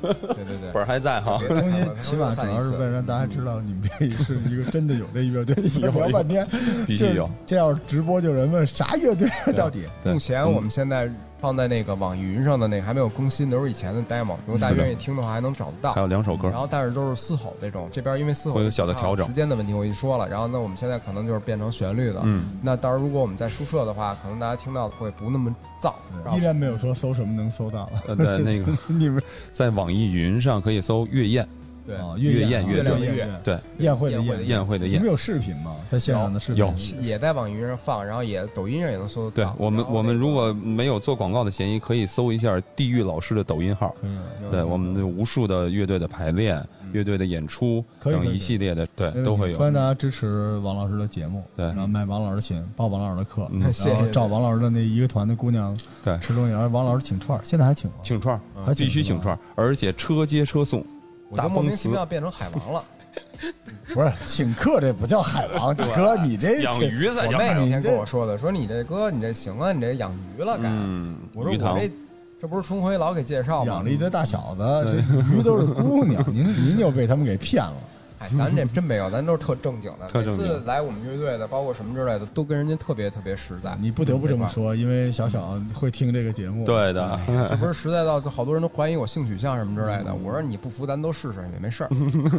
B: 对对，
C: 本儿还在哈
B: 别。
A: 这
B: 再
A: 东
B: 谈了
A: 西，起码主要是为了让大家知道你们这是一个真的有这乐队。
C: 嗯 有
A: 聊半天，
C: 必须
A: 这
C: 有
A: 这要是直播就有人问啥乐队啊到底？
C: 对
B: 嗯目前我们现在放在那个网易云上的那个还没有更新，都是以前的 demo，如果大家
C: 是的
B: 愿意听的话，还能找得到
C: 还。有两首歌
B: 然，后但是都是嘶吼这种，这边因为嘶吼
C: 会有小的调整
B: 时间的问题，我已经说了。然后那我们现在可能就是变成旋律的。
C: 嗯，
B: 那到时候如果我们在宿舍的话，可能大家听到的会不那么燥。
C: 嗯
B: 然后
A: 依然没有说搜什么能搜到。啊
C: 呃，在那 个
A: 你们
C: 在网易云上可以搜“月宴
B: 对，
A: 啊，
C: 月
A: 宴
C: 宴
A: 月
C: 乐
B: 队
A: 宴
B: 乐
A: 乐”，
C: 对，
A: 宴会的
B: 宴会的
A: 宴，
C: 宴会的
A: 你
C: 宴
A: 们。有视频吗？在线上的视频
C: 有
B: 也在网易云上放，然后也抖音上也能搜得
C: 对
B: 到。
C: 我们
B: 然，后
C: 我
B: 那
C: 们
B: 个
C: 如果没有做广告的嫌疑，可以搜一下地狱老师的抖音号。
A: 可以吗。啊
C: 对我
B: 嗯
C: 们的无数的乐队的排练、乐队的演出
A: 嗯可以
C: 等
A: 可以
C: 一系列的，对
A: 没问题
C: 都会有
A: 欢。迎大家支持王老师的节目，
C: 对
A: 然后卖王老师的琴，报王老师的课，
C: 嗯
A: 然
B: 谢
A: 后
B: 谢
A: 找王老师的那一个团的姑娘
C: 对
A: 吃东西，然后王老师请串儿，现在还请吗？
C: 请串儿，
A: 还
C: 必须
A: 是
C: 请
A: 吧
C: 串儿，而且车接车送。
A: 嗯
B: 我
C: 大
B: 就莫
C: 崩
B: 名其
C: 词
B: 妙变成海王了。
A: 不是请客，这不叫海王，哥，你这
C: 啊养
A: 这
C: 鱼在
B: 我
C: 养
B: 妹
C: 海
B: 那
A: 你
B: 天
A: 这
B: 跟我说的，说你这哥你这行啊，你这养鱼了该。
C: 嗯，
B: 我说
C: 鱼
B: 我
C: 塘
B: 这这不是春晖老给介绍吗
A: 养了？一堆大小子，这鱼都是姑 娘，您您就被他们给骗了。
B: 哎，咱这真没有，咱都是特正经的。
C: 特正经
B: 每次来我们乐队的，包括什么之类的，都跟人家特别特别实
C: 哎
B: 在。
A: 啊你不得不这么说，因为小小会听这个节目，
C: 对的，
A: 嗯
B: 这不是实在到好多人都怀疑我性取向什么之类的。我说你不服，咱都试试也没事儿。
C: 嗯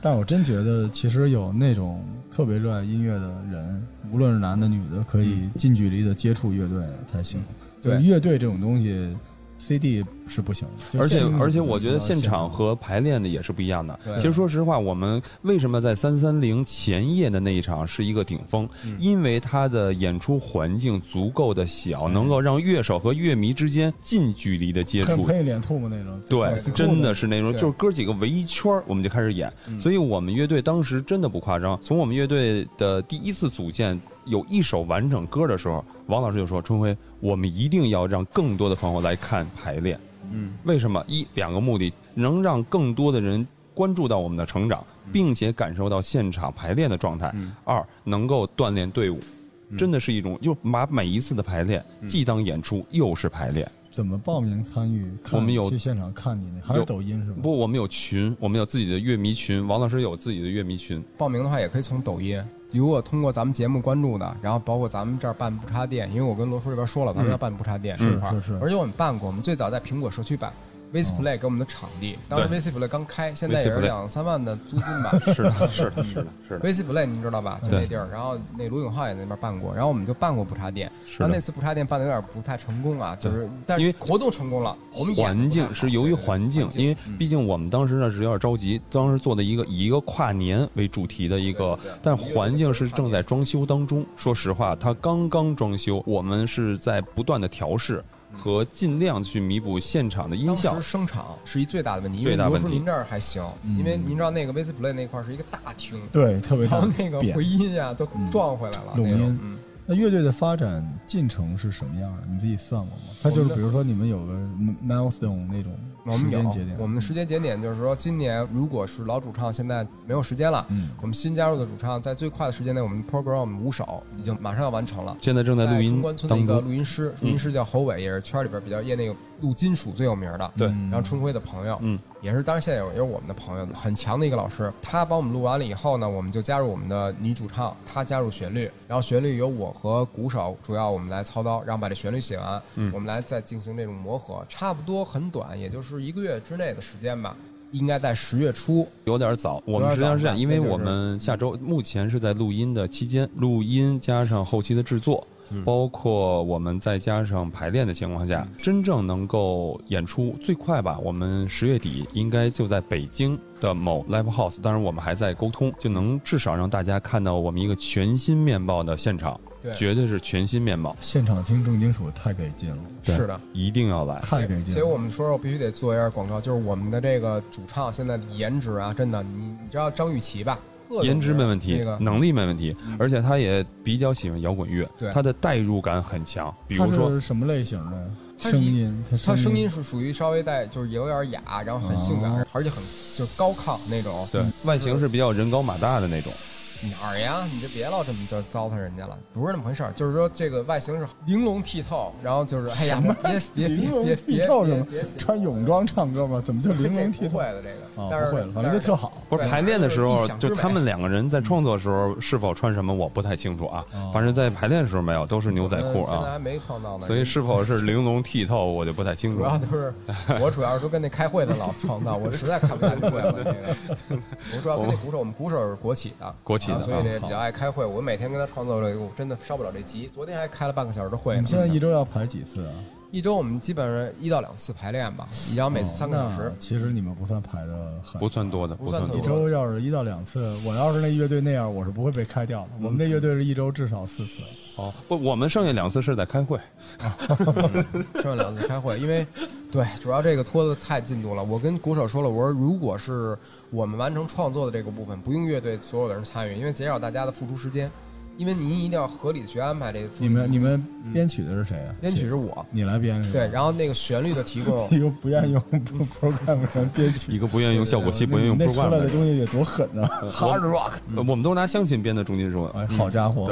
A: 但我真觉得，其实有那种特别热爱音乐的人，无论是男的女的，可以近距离的接触乐队才行。
B: 对
A: 就是乐队这种东西，CD 是不行的。就
C: 而且
A: 现场
C: 而且，我觉得
A: 就是要
C: 现场和排练的也是不一样的。
B: 对
C: 其实说实话，我们为什么在三三零前夜的那一场是一个顶峰？
A: 嗯
C: 因为它的演出环境足够的小，
A: 嗯
C: 能够让乐手和乐迷之间近距离的接
A: 现场
C: 触
A: 喷。喷一脸吐沫那种，
C: 对
A: 自，己
C: 真的是那种，
B: 对
C: 就是哥几个围一圈儿，我们就开始演。所以我们乐队当时真的不夸张，从我们乐队的第一次组建有一首完整歌的时候，王老师就说：“春晖，我们一定要让更多的朋友来看排练。”
B: 嗯，
C: 为什么？一两个目的，能让更多的人关注到我们的成长，并且感受到现场排练的状态；二，能够锻炼队伍。真的是一种，就把每一次的排练既当演出又是排练。
A: 怎么报名参与？看
C: 我们有
A: 去现场看你那，还是
C: 有
A: 抖音是吧？
C: 不，我们有群，我们有自己的乐迷群，王老师有自己的乐迷群。
B: 报名的话也可以从抖音。如果通过咱们节目关注的，然后包括咱们这儿办不插店，因为我跟罗叔这边说了，
C: 嗯
B: 咱们要办不插店这块儿，
A: 是是是
B: 而且我们办过，我们最早在苹果社区办 v i s Play 给我们的场地，当时 v
C: 哦对
B: i s Play 刚开，现在也
C: Visi
B: 是
C: Play
B: 两三万的租金吧，
C: 是 的，是的，是的，是的。
B: 微 c play 你知道吧？就
C: 对
B: 那地儿，然后那卢永浩也在那边办过，然后我们就办过不插店，
C: 是的
B: 然后那次不插店办的有点不太成功啊，就是但
C: 因
B: 是
C: 为
B: 活动成功了，我们演得不太
C: 环境
B: 好
C: 是由于
B: 对对对
C: 环境，
B: 嗯
C: 因为毕竟我们当时呢是有点着急，当时做的一个以一个跨年为主题的一个
B: 对对对，
C: 但环境是正在装修当中。说实话，它刚刚装修，我们是在不断的调试和尽量去弥补现场的音
B: 当
C: 效
B: 时。声场是一最大的问题，因为
C: 最大
B: 罗
C: 问
B: 叔
C: 题嗯
B: 您这儿还行，因为您知道那个 v i c play 那块儿是一个大厅，
C: 哦
A: 对，特别
B: 然
A: 大
B: 后那个啊
A: 扁
C: 嗯
B: 回音呀都撞回来了，
A: 拢
B: 那种
A: 音
B: 嗯，
A: 那乐队的发展进程是什么样的？你自己算过吗？它就是比如说你们有个 milestone 那种
B: 我
A: 时
B: 们有
A: 间节点，
B: 我们的时间节点就是说，今年如果是老主唱现在没有时间了，
A: 嗯
B: 我们新加入的主唱在最快的时间内，我们 program 五首已经马上要完成了。
C: 现在正在录音
B: 中关村的一
C: 当嗯
B: 个
C: 中，
B: 录音师，录音师叫侯伟，也是圈里边比较业内录金属最有名的。
C: 对
B: 然后春晖的朋友，
C: 嗯，
B: 也是当然现在也是我们的朋友，很强的一个老师。他帮我们录完了以后呢，我们就加入我们的女主唱，她加入旋律，然后旋律由我和鼓手主要我们来操刀，然后把这旋律写完，
C: 嗯
B: 我们来再进行这种磨合，差不多很短，也就是一个月之内的时间吧，应该在十月初。
C: 有点早。我们实际上是这样，因为我们下周目前是在录音的期间，录音加上后期的制作，包括我们再加上排练的情况下，真正能够演出最快吧，我们十月底应该就在北京的某 live house，当然我们还在沟通，就能至少让大家看到我们一个全新面貌的现场，
B: 对，
C: 绝对是全新面貌，
A: 现场听重金属太给劲了，
C: 对
B: 是的。
C: 一定要来。
A: 太给劲了。
B: 所以我们说，我必须得做一下广告，就是我们的这个主唱现在的颜值啊，真的，你你知道张雨绮吧？各种
C: 颜值没问
B: 那
C: 题
B: 个，
C: 能力没问题
B: 嗯，
C: 而且他也比较喜欢摇滚乐
B: 对，
C: 他的代入感很强。比
A: 它
C: 如说，
A: 是什么类型的
B: 它
A: 声
B: 一
A: 音？
B: 他声音是属于稍微带，就是有点哑，然后很性感，
A: 哦
B: 而且很就是高亢那种。
C: 对外形是比较人高马大的那种，
B: 哪儿呀？你就别老这么就糟蹋人家了，不是那么回事儿。就是说这个外形是玲珑剔透，然后就是哎呀，别别
A: 玲珑
B: 别别
A: 剔
B: 别
A: 透
B: 别
A: 什么
B: 别别
A: 穿泳装唱歌吗？怎么就玲珑
B: 这
A: 剔
B: 不
A: 透
B: 会？的这个，
A: 啊，
B: 但是
A: 不会了，反正就特好。
C: 不是
B: 对
C: 排练的时
B: 就是
C: 候
B: 一，想之
C: 就
B: 美
C: 他们两个人在创作的时候是否穿什么，我不太清楚啊
A: 哦。
C: 反正在排练的时候没有，都是牛仔裤
B: 我们呃嗯现在
C: 啊，
B: 还没创造呢，
C: 所以是否是玲珑剔透，我就不太
A: 嗯
C: 清楚
B: 主。要就是我主要是都跟那开会的老创造，我实在看不下去了。这 个我主要跟那鼓手，我们鼓手是国企
A: 哦
B: 的，
C: 国企的
B: 啊所以这
C: 啊
B: 比较爱开会。我每天跟他创作这个，我真的烧不了这急。昨天还开了半个小时的会
A: 你
B: 呢
A: 们。现在一周要排几次啊？
B: 一周我们基本上一到两次排练吧，然后每次三个小
A: 哦
B: 时
A: 那。其实你们不算排的很
C: 不。算多的，不
B: 不算
C: 算多
A: 一
C: 的。
A: 周要是一到两次，我要是那乐队那样，我是不会被开掉的。我们那乐队是一周至少四次，
C: 哦，不，我们剩下两次是在开会，
B: 剩下两次开会，因为对，主要这个拖得太进度了。我跟鼓手说了，我说如果是我们完成创作的这个部分，不用乐队所有的人参与，因为减少大家的付出时间，因为您一定要合理的去安排这个注
A: 你
B: 意力。
A: 们你们编曲的是谁啊？
B: 编曲是我，
A: 你来编是吧？，
B: 对，然后那个旋律的提供
A: 一个不愿意用 program 成编曲，
C: 一个不愿意用效果器，
A: 那
C: 不愿意用
A: 那出
C: program
A: 来
C: 的
A: 的
C: 人。
A: 东西得多狠呐！
C: Hard rock，我呃们都拿香琴编的重金属。
A: 哎，好家伙，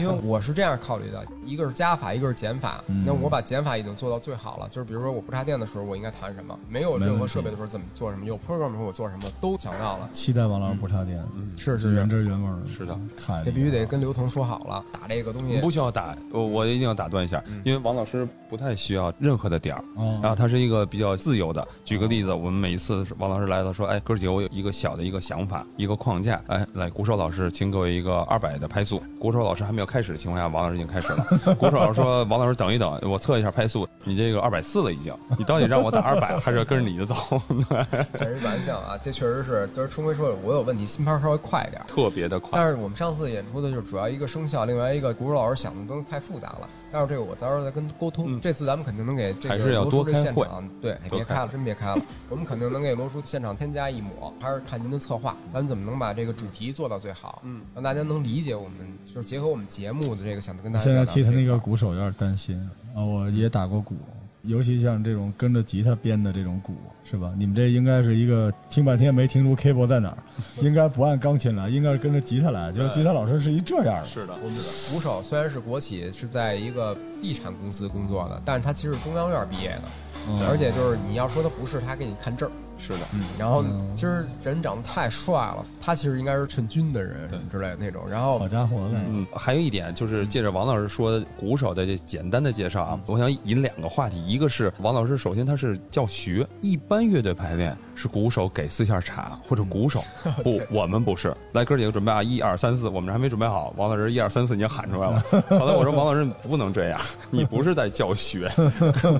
B: 因为我是这样考虑的，一个是加法，一个是减法。
A: 嗯
B: 那我把减法已经做到最好了，就是比如说我不插电的时候，我应该弹什么；没有
A: 没问
B: 任何
A: 题
B: 设备的时候怎么做什么；有 program 的时候我做什么，都想到了。
A: 期待王老师不插电，
B: 是是
A: 嗯原
B: 是，
A: 汁原味儿的，
C: 是的，
A: 太厉害了
B: 这必须得跟刘彤说好了，打这个东西
C: 不需要打，我我一定要打断一下，因为王老师不太需要任何的点儿。
A: 哦
C: 然后他是一个比较自由的。举个例子，我们每一次王老师来了，说：“哎，哥儿几个，我有一个小的一个想法，一个框架。”哎，来，鼓手老师，请给我一个二百的拍速。鼓手老师还没有开始的情况下，王老师已经开始了。鼓手老师说：“王老师，等一等，我测一下拍速，你这个二百四了已经，你到底让我打二百，还是跟着你的走？”
B: 全是玩笑啊！这确实是，就是春晖说的，我有问题，新拍稍微快一点。
C: 特别的快。
B: 但是我们上次演出的就是主要一个声效，另外一个鼓手老师想的都太复杂了。但是这个我到时候再跟沟通，
C: 嗯
B: 这次咱们肯定能给这个
C: 还是要
B: 罗叔
C: 多
B: 这
C: 开
B: 现
C: 会
B: 场，对，哎
C: 多
B: 别
C: 开
B: 开了，真别开了。我们肯定能给罗叔现场添加一抹，还是看您的策划，咱们怎么能把这个主题做到最好，
C: 嗯，
B: 让大家能理解我们，就是结合我们节目的这个想跟大家
A: 现
B: 表
A: 在
B: 达的这一块。
A: 替他那个鼓手有点担心啊，我也打过鼓，尤其像这种跟着吉他编的这种鼓，是吧？你们这应该是一个听半天没听出 keyboard 在哪儿，应该不按钢琴来，应该是跟着吉他来。就是吉他老师是一这样的，
C: 是的，
B: 我们鼓手虽然是国企，是在一个地产公司工作的，但是他其实是中央院毕业的，
A: 嗯
B: 而且就是你要说他不是，他给你看证儿。
C: 是的，
B: 然后
A: 嗯
B: 其实人长得太帅了，他其实应该是衬军的人什么之类的那种。然
A: 哦好
B: 后
A: 家伙的，
C: 嗯，还有一点就是，借着王老师说鼓手的这简单的介绍啊，我想引两个话题，一个是王老师，首先他是教学，一般乐队排练是鼓手给四下镲或者鼓手，不，我们不是。来，哥儿几个准备啊，一二三四，我们这还没准备好，王老师一二三四已经喊出来了。后来我说王老师你不能这样，你不是在教学，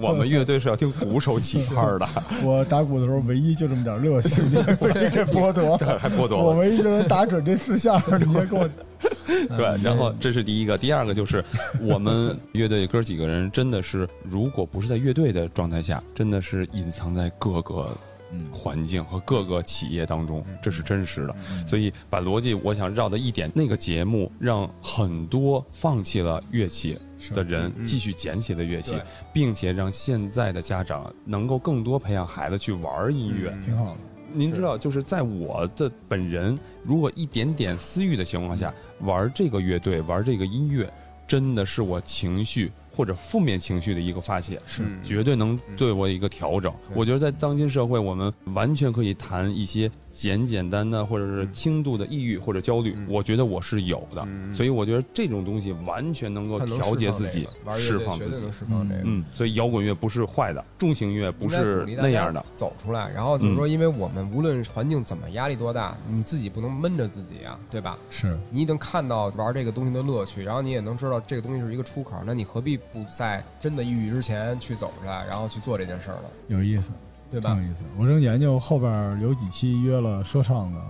C: 我们乐队是要听鼓手起拍的，
A: 我打鼓的时候唯一就这么点乐趣，你也不给 剥夺。
C: 还剥夺了
A: 我。唯一就能打准这四 下，你别给我。
C: 对，然后这是第一个，第二个就是我们乐队哥几个人真的是，如果不是在乐队的状态下，真的是隐藏在各个环境和各个企业当中，这是真实
B: 嗯
C: 的。所以把逻辑，我想绕到一点，那个节目让很多放弃了乐器的人继续捡起了乐器
B: 对，
C: 并且让现在的家长能够更多培养孩子去玩音乐。
B: 嗯
A: 挺好的。
C: 您知道，就是在我的本人如果一点点私欲的情况下，玩这个乐队，玩这个音乐，真的是我情绪或者负面情绪的一个发泄，
B: 嗯
C: 是绝对能对我有一个调整。我觉得在当今社会，我们完全可以谈一些简简单单或者是
B: 嗯
C: 轻度的抑郁或者焦虑，我觉得我是有的，所以我觉得这种东西完全能够
B: 他能
C: 调节
B: 释放
C: 自
B: 这
C: 己
B: 个，玩乐
C: 释
B: 队
C: 放
B: 绝
C: 自
B: 对
C: 己
B: 能。释放这个。
C: 嗯，所以摇滚乐不是坏的，重型乐不是那样的。嗯
B: 走出来，然后就是说，因为我们无论环境怎么压力多大，你自己不能闷着自己啊，对吧？
A: 是，
B: 你已经看到玩这个东西的乐趣，然后你也能知道这个东西是一个出口，那你何必不在真的抑郁之前去走出来，然后去做这件事儿呢？
A: 有意思，
B: 对
A: 挺
B: 吧
A: 有？意思。我正研究后边有几期约了说唱的，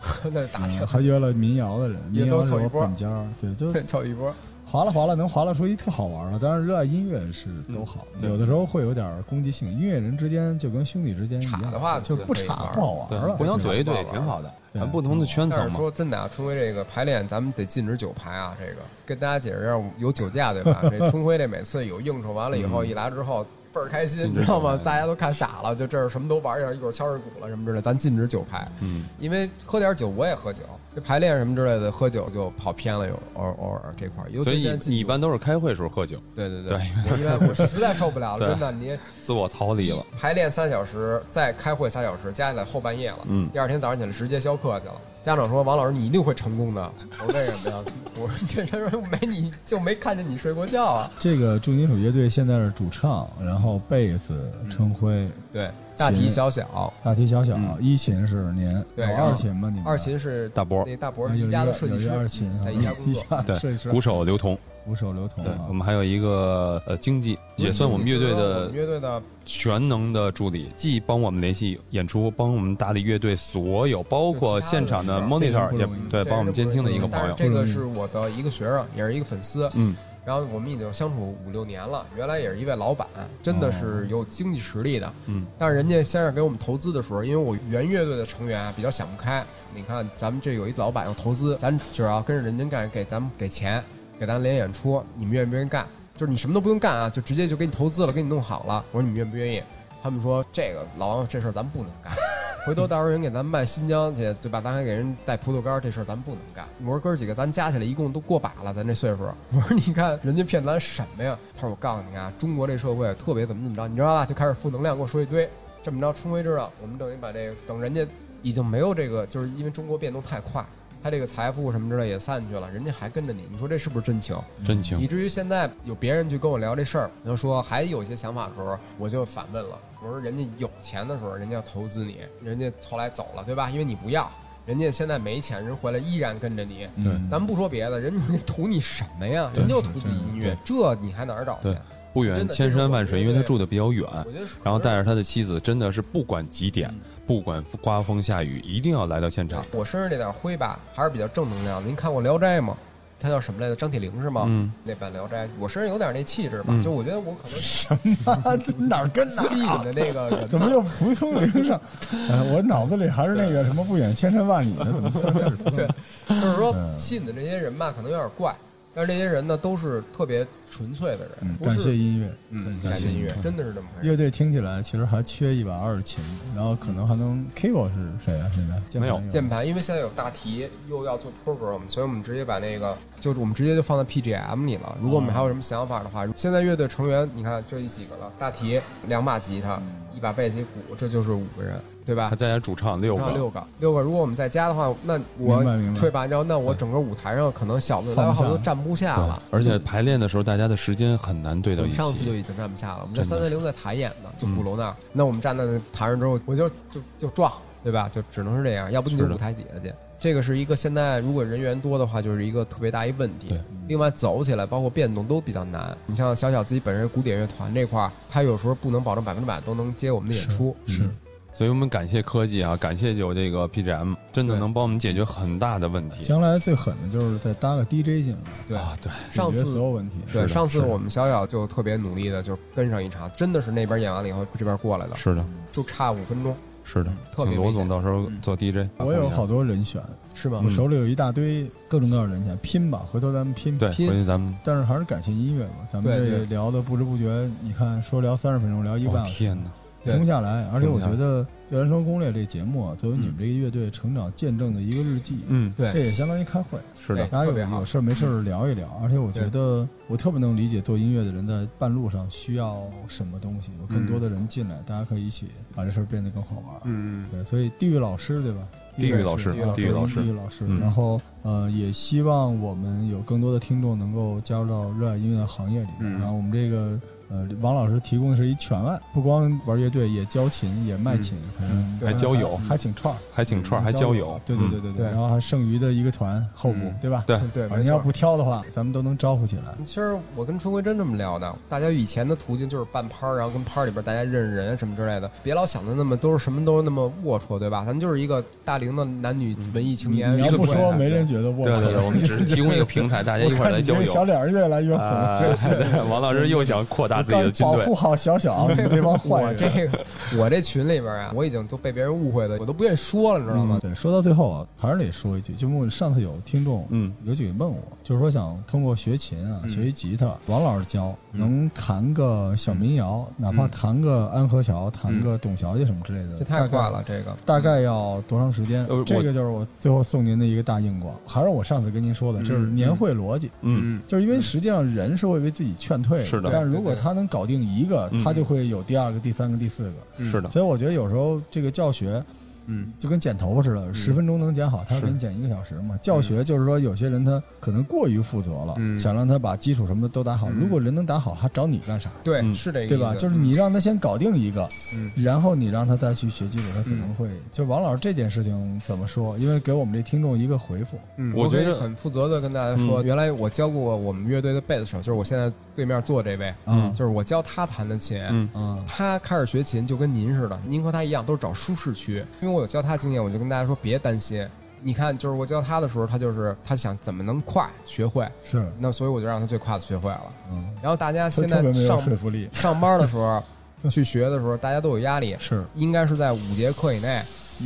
B: 那打
A: 嗯
B: 听，
A: 还约了民谣的人，
B: 啊也
A: 民
B: 都
A: 谣是
B: 凑一
A: 我
B: 波
A: 本家儿，对，
C: 嗯
A: 就
B: 凑一波。
A: 划拉划拉，能划拉出一特好玩的。当然，热爱音乐是都好，
C: 嗯对
A: 有的时候会有点攻击性。音乐人之间就跟兄弟之间一样
B: 岔的话
A: 就不
B: 就可以
A: 岔
B: 玩
A: 不好玩了。
C: 互相怼一怼
B: 对
C: 也挺好的，
A: 对
C: 咱不同的圈层
B: 但是
C: 嘛。
B: 说真的啊，春晖这个排练，咱们得禁止酒牌啊。这个跟大家解释一下，有酒驾对 吧？这春晖这每次有应酬完了以后，一来之后倍儿开心，
C: 禁
B: 你
C: 止
B: 知道吗
C: 酒？牌
B: 大家都看傻了，就这儿什么都玩一下，一会儿敲着鼓了什么之类的，咱禁止酒牌。
C: 嗯，
B: 因为喝点酒我也喝酒，这排练什么之类的，喝酒就跑偏了，有偶偶尔这块儿。尤
C: 所
B: 其
C: 以
B: 现在
C: 你
B: 禁
C: 你一般都是开会时候喝酒，
B: 对对
C: 对
B: 我一般我实在受不了了，
C: 对
B: 真的你。
C: 自我逃离
A: 嗯
C: 了。
B: 排练三小时，再开会三小时，加起来后半夜了。
C: 嗯
B: 第二天早上起来直接教课去了。家长说：“王老师，你一定会成功的。”我说：“为什么呀？ 我说这他说没你就没看见你睡过觉啊
A: 这个重金属乐队现在是主唱，然后贝斯
B: 嗯
A: 春辉，？”
B: 对，大题小小，
A: 大提小小，一琴是您，
B: 嗯对
A: 有
B: 然后
A: 二琴吗？你们
B: 二琴是
C: 大伯
B: 那大伯
A: 啊
B: 是
A: 有
B: 一家的设计
A: 有一
B: 师
A: 个，二琴啊，
B: 在宜家 工作。
A: 宜家设计师
C: 鼓手刘同，
A: 鼓手刘同
C: 对
A: 啊
C: 我，们还有一个呃经济，也算我们乐队
B: 我
C: 的
B: 们乐队的
C: 全能的助理，既帮我们联系演出，帮我们打理乐队所有，包括现场的
B: 就
A: 其他的
C: monitor，
A: 事儿
C: 也
A: 这个不容易
C: 对帮我们监听的一个朋友
B: 但。是这个是我的一个学生，也是一个粉丝。
C: 嗯，
B: 然后我们已经相处五六年了，原来也是一位老板，真的是有经济实力的。
C: 哦嗯，
B: 但是人家先是给我们投资的时候，因为我原乐队的成员啊比较想不开，你看咱们这有一老板要投资，咱只要跟着人家干，给咱们给钱，给咱连演出，你们愿不愿意干？就是你什么都不用干啊，就直接就给你投资了，给你弄好了。我说你们愿不愿意？他们说这个老王这事儿咱不能干， 回头到时候人给咱卖新疆去，对吧？咱还给人带葡萄干儿，这事儿咱不能干。我说哥儿几个，咱加起来一共都过百了，咱这岁数。 我说你看人家骗咱什么呀？他说我告诉你啊，中国这社会特别怎么怎么着，你知道吧？就开始负能量给我说一堆。这么着，春晖知道，我们等于把这个等人家已经没有这个，就是因为中国变动太快，他这个财富什么之类也散去了，人家还跟着你，你说这是不是真情？
C: 真
B: 以
C: 情，
B: 至于现在有别人去跟我聊这事儿，然后说还有一些想法的时候，我就反问了，我说人家有钱的时候，人家要投资你，人家后来走了，对吧？因为你不要，人家现在没钱，人回来依然跟着你。
C: 对
A: 嗯
B: 咱们不说别的，人家图你什么呀？人就图你音乐，这你还哪儿找去
C: 对？不远
B: 真的
C: 千
B: 这是
C: 山
B: 我
C: 万水，因为他住的比较远，
B: 我觉得是嗯可能
C: 然后带着他的妻子，真的是不管几点，不管刮风下雨，一定要来到现场。
B: 我身上这点灰吧，还是比较正能量的。您看过《聊斋》吗？他叫什么来着？张铁林是吗？
C: 嗯，
B: 那版《聊斋》，我身上有点那气质吧，
C: 嗯
B: 就我觉得我可能吸
A: 啊 这哪儿跟哪儿
B: 引的那个人
A: 怎么又蒲松龄上？哎，我脑子里还是那个什么不远千山万里呢？怎么说的是 蒲松龄？
B: 就是说吸引的这些人吧，可能有点怪，但是这些人呢，都是特别纯粹的人，
A: 嗯
B: 不
A: 感谢
B: 是
A: 音乐，
B: 嗯感谢音乐，真的是这么回事。
A: 乐队听起来其实还缺一把二琴，然后可能还能 Kiko 是谁啊？现在键盘
C: 没有
B: 键盘，因为现在有大题，又要做 program，所以我们直接把那个，就是我们直接就放在 PGM 里了。如果我们还有什么想法的话，现在乐队成员，你看这几个了，大题两把吉他，一把贝斯一鼓，这就是五个人，对吧
C: 他？再加主唱六
B: 上
C: 个，
B: 六个，六个。如果我们在家的话，那
A: 明白明
B: 我
A: 白
B: 退吧，然后那我整个舞台上可能小的来回好多都站不下
C: 对
B: 了。，
C: 而且排练的时候大家的时间很难对
B: 我
C: 到一
B: 们嗯
C: 起。
B: 上次就已经站不下了，我们在
C: 真
B: 三
C: 的嗯
B: 三零在台演呢，就鼓楼那儿。那我们站在那台上之后，我就就就撞，对吧？就只能是这样，要不你就是
C: 的
B: 舞台底下去。这个是一个现在如果人员多的话，就是一个特别大一问题
C: 对。
B: 另外走起来，包括变动都比较难。你像小小自己本身古典乐团这块儿，他有时候不能保证百分之百都能接我们的演出。
C: 嗯
A: 是
C: 所以我们感谢科技啊，感谢有这个 PGM，真的
B: 对
C: 能帮我们解决很大的问题。
A: 将来最狠的就是再搭个 DJ 进来，
B: 对，
C: 啊，对，
B: 上
A: 解决
B: 次
A: 所有问题。
B: 对，
C: 的
B: 上次
C: 是的
B: 我们小小就特别努力的，就跟上一场，真的是那边演完了以后，这边过来的，
C: 是的，
B: 就差五分钟，
C: 是的，
B: 特别嗯
C: 请罗
B: 危
C: 总
B: 险
C: 到时候做 DJ，把
A: 我有
C: 朋友
A: 好多人选，
B: 是吧
A: 我？
C: 嗯
A: 手里有一大堆各种各样的人选，拼吧，回头咱们拼。
C: 对，
B: 拼
C: 回去咱们，
A: 但是还是感谢音乐吧，咱们
B: 对
A: 这
B: 对
A: 聊的不知不觉，你看说聊三十分钟，聊一个
C: 我
A: 半小时，
C: 哦天哪，
B: 对
A: 停不下来。而且
C: 停不
A: 我
C: 下来
A: 觉得《就燃烧攻略》这节目啊，作为你们这个乐队成长见证的一个日记，
C: 嗯，
A: 这
B: 对，
A: 也相当于开会，
C: 是的
B: 哎，
A: 大家
B: 特
A: 有
B: 别好
A: 有事儿没事儿聊一聊。而且我觉得我特别能理解做音乐的人在半路上需要什么东西，有更多的人进来，大家可以一起把这事儿变得更好玩。
D: 嗯，
A: 对，所以地狱老师对吧？
C: 地狱老师
A: 地
B: 地狱老，师
C: 地狱老
A: 地
C: 师
A: 狱，老师。
C: 嗯
A: 然后呃，也希望我们有更多的听众能够加入到热爱音乐的行业里面。
D: 嗯
A: 然后我们这个呃，王老师提供的是一全案，不光玩乐队，也教琴，也卖琴，反正
B: 对还
C: 嗯交友
A: 还请串儿，
C: 还请串儿，还交友，
A: 嗯
C: 嗯
A: 对对对对对。
B: 对
A: 然后还剩余的一个团后补
D: 嗯，
A: 对吧？
C: 对
B: 对，
A: 反
B: 没
A: 正要
B: 错。
A: 不挑的话，咱们都能招呼起来。
B: 其实我跟春辉真这么聊的，大家以前的途径就是办趴儿，然后跟趴儿里边大家认识人什么之类的，别老想的那么都是什么都那么龌龊，对吧？咱就是一个大龄的男女文艺
A: 嗯
B: 青
A: 你
B: 年，
A: 你要
B: 一个
A: 不
B: 不
A: 说，
B: 会
A: 没人觉得我。
C: 对对对，我们只是提供一个平台，大家一
A: 我
C: 块儿
A: 看
C: 来
A: 你
C: 交
A: 这小
C: 友。
A: 脸儿越来越红。
C: 啊，对 王老师又想扩大自己的军
A: 保
C: 队
A: 护，好小 小，你这帮坏
B: 我
A: 人。
B: 这个我这群里边啊，我已经都被别人误会的，我都不愿意说了，你知道吗？
C: 嗯
A: 对，说到最后啊，还是得说一句，就问上次有听众，
C: 嗯，
A: 有几个问我，就是说想通过学琴啊，学一吉他，王老师教，
C: 嗯
A: 能弹个小民谣，哪怕弹个安河桥，弹
C: 嗯
A: 个董小姐什么之类的，
B: 这太
A: 嗯大
B: 怪
A: 概。
B: 了，这个
A: 大概要多长时间
C: 呃我？
A: 这个就是我最后送您的一个大硬广，还是我上次跟您说的，就是年会逻辑，
C: 嗯，
A: 就是因为实际上人是会为自己劝退的，
C: 是的
A: 但如果他能搞定一个，
C: 嗯
A: 他就会有第二个、第三个、第四个。
C: 是的，
A: 所以我觉得有时候这个教学，
D: 嗯，
A: 就跟剪头发似的，十分钟能剪好，他
C: 是
A: 给你剪一个小时嘛。教学就是说，有些人他可能过于负责了，
D: 嗯
A: 想让他把基础什么的都打好。如果人能打好，他找你干啥？
B: 对、
C: 嗯
B: 是这个
A: 对吧？
B: 意思
A: 就是你让他先搞定一个，
D: 嗯
A: 然后你让他再去学基础，他可能会。就王老师这件事情怎么说？因为给我们这听众一个回复，
B: 嗯
C: 我
B: 我
C: 觉
B: 可以
C: 得
B: 很负责的跟大家
A: 嗯
B: 说，原来我教过我们乐队的贝斯手，就是我现在对面坐这位，
A: 嗯
B: 就是我教他弹的琴。
C: 嗯
A: 啊，
B: 他开始学琴就跟您似的，您和他一样都是找舒适区。因为我有教他经验，我就跟大家说别担心。你看，就是我教他的时候，他就是他想怎么能快学会，
A: 是，
B: 那所以我就让他最快的学会了。
A: 嗯，
B: 然后大家
A: 特
B: 现
A: 特
B: 在
A: 别没有
B: 上
A: 说服力，
B: 上班的时候去学的时候，大家都有压力，
A: 是，
B: 应该是在五节课以内，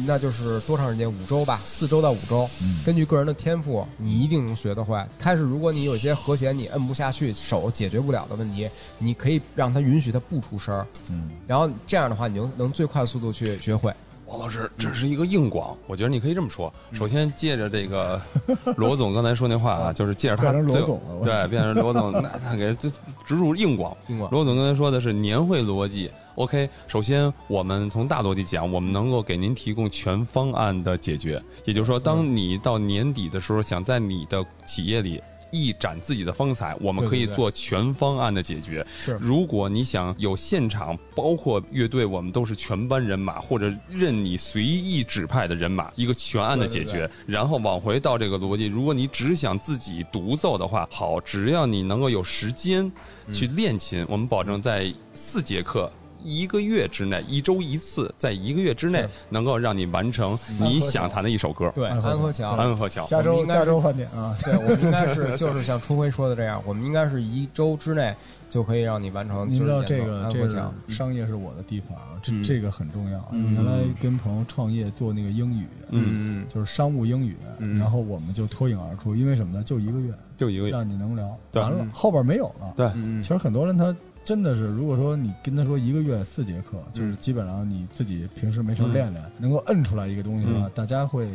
B: 那就是多长时间？五周吧，四周到五周。
A: 嗯，
B: 根据个人的天赋，你一定能学得会。开始，如果你有些和弦你摁不下去，手解决不了的问题，你可以让他允许他不出声儿，
A: 嗯，
B: 然后这样的话，你就能最快速度去学会。
C: 王老师，这是一个硬广，我觉得你可以这么说。首先，借着 这个罗总刚才说那话啊，就是借着他
A: 变成罗
C: 最
A: 总了我
C: 对，变成罗总，那他给就植入硬广。
B: 听过？
C: 罗总刚才说的是年会逻辑。OK，首先我们从大逻辑讲，我们能够给您提供全方案的解决。也就是说，当你到年底的时候，想在你的企业里一展自己的风采，我们
B: 对
C: 可以
B: 对对
C: 做全方案的解决。
B: 是
C: 如果你想有现场，包括乐队，我们都是全班人马，或者任你随意指派的人马，一个全案的解决。然后往回到这个逻辑，如果你只想自己独奏的话，好，只要你能够有时间去练琴，我们保证在四节课。一个月之内，一周一次，在一个月之内
B: 是
C: 能够让你完成你想弹的一首歌。
B: 对，
A: 安
B: 安
A: 河
B: 河
A: 桥
B: 桥。
C: 安和桥，
A: 啊加
B: 我们
A: 州
B: 应该是
A: 加州饭店啊，
B: 对，我们应该是就是像春辉说的这样，我们应该是一周之内就可以让你完成。
A: 您知道
B: 就是
A: 这
B: 演奏
A: 个
B: 安
A: 这
B: 河
A: 个
B: 桥，
A: 是商业是我的地盘啊，这
D: 嗯
A: 这个很重要。啊
D: 嗯
A: 原来跟朋友创业做那个英语，
C: 嗯，
D: 嗯
A: 就是商务英语，
D: 嗯
A: 然后我们就脱颖而出，因为什么呢？就一个月，
C: 就一个月。
A: 让你能聊，
C: 对
A: 完了
D: 嗯
A: 后边没有了。
C: 对，
D: 嗯
A: 其实很多人他真的是，如果说你跟他说一个月四节课，就是基本上你自己平时没事儿
C: 嗯
A: 练练，能够摁出来一个东西的话，大家会。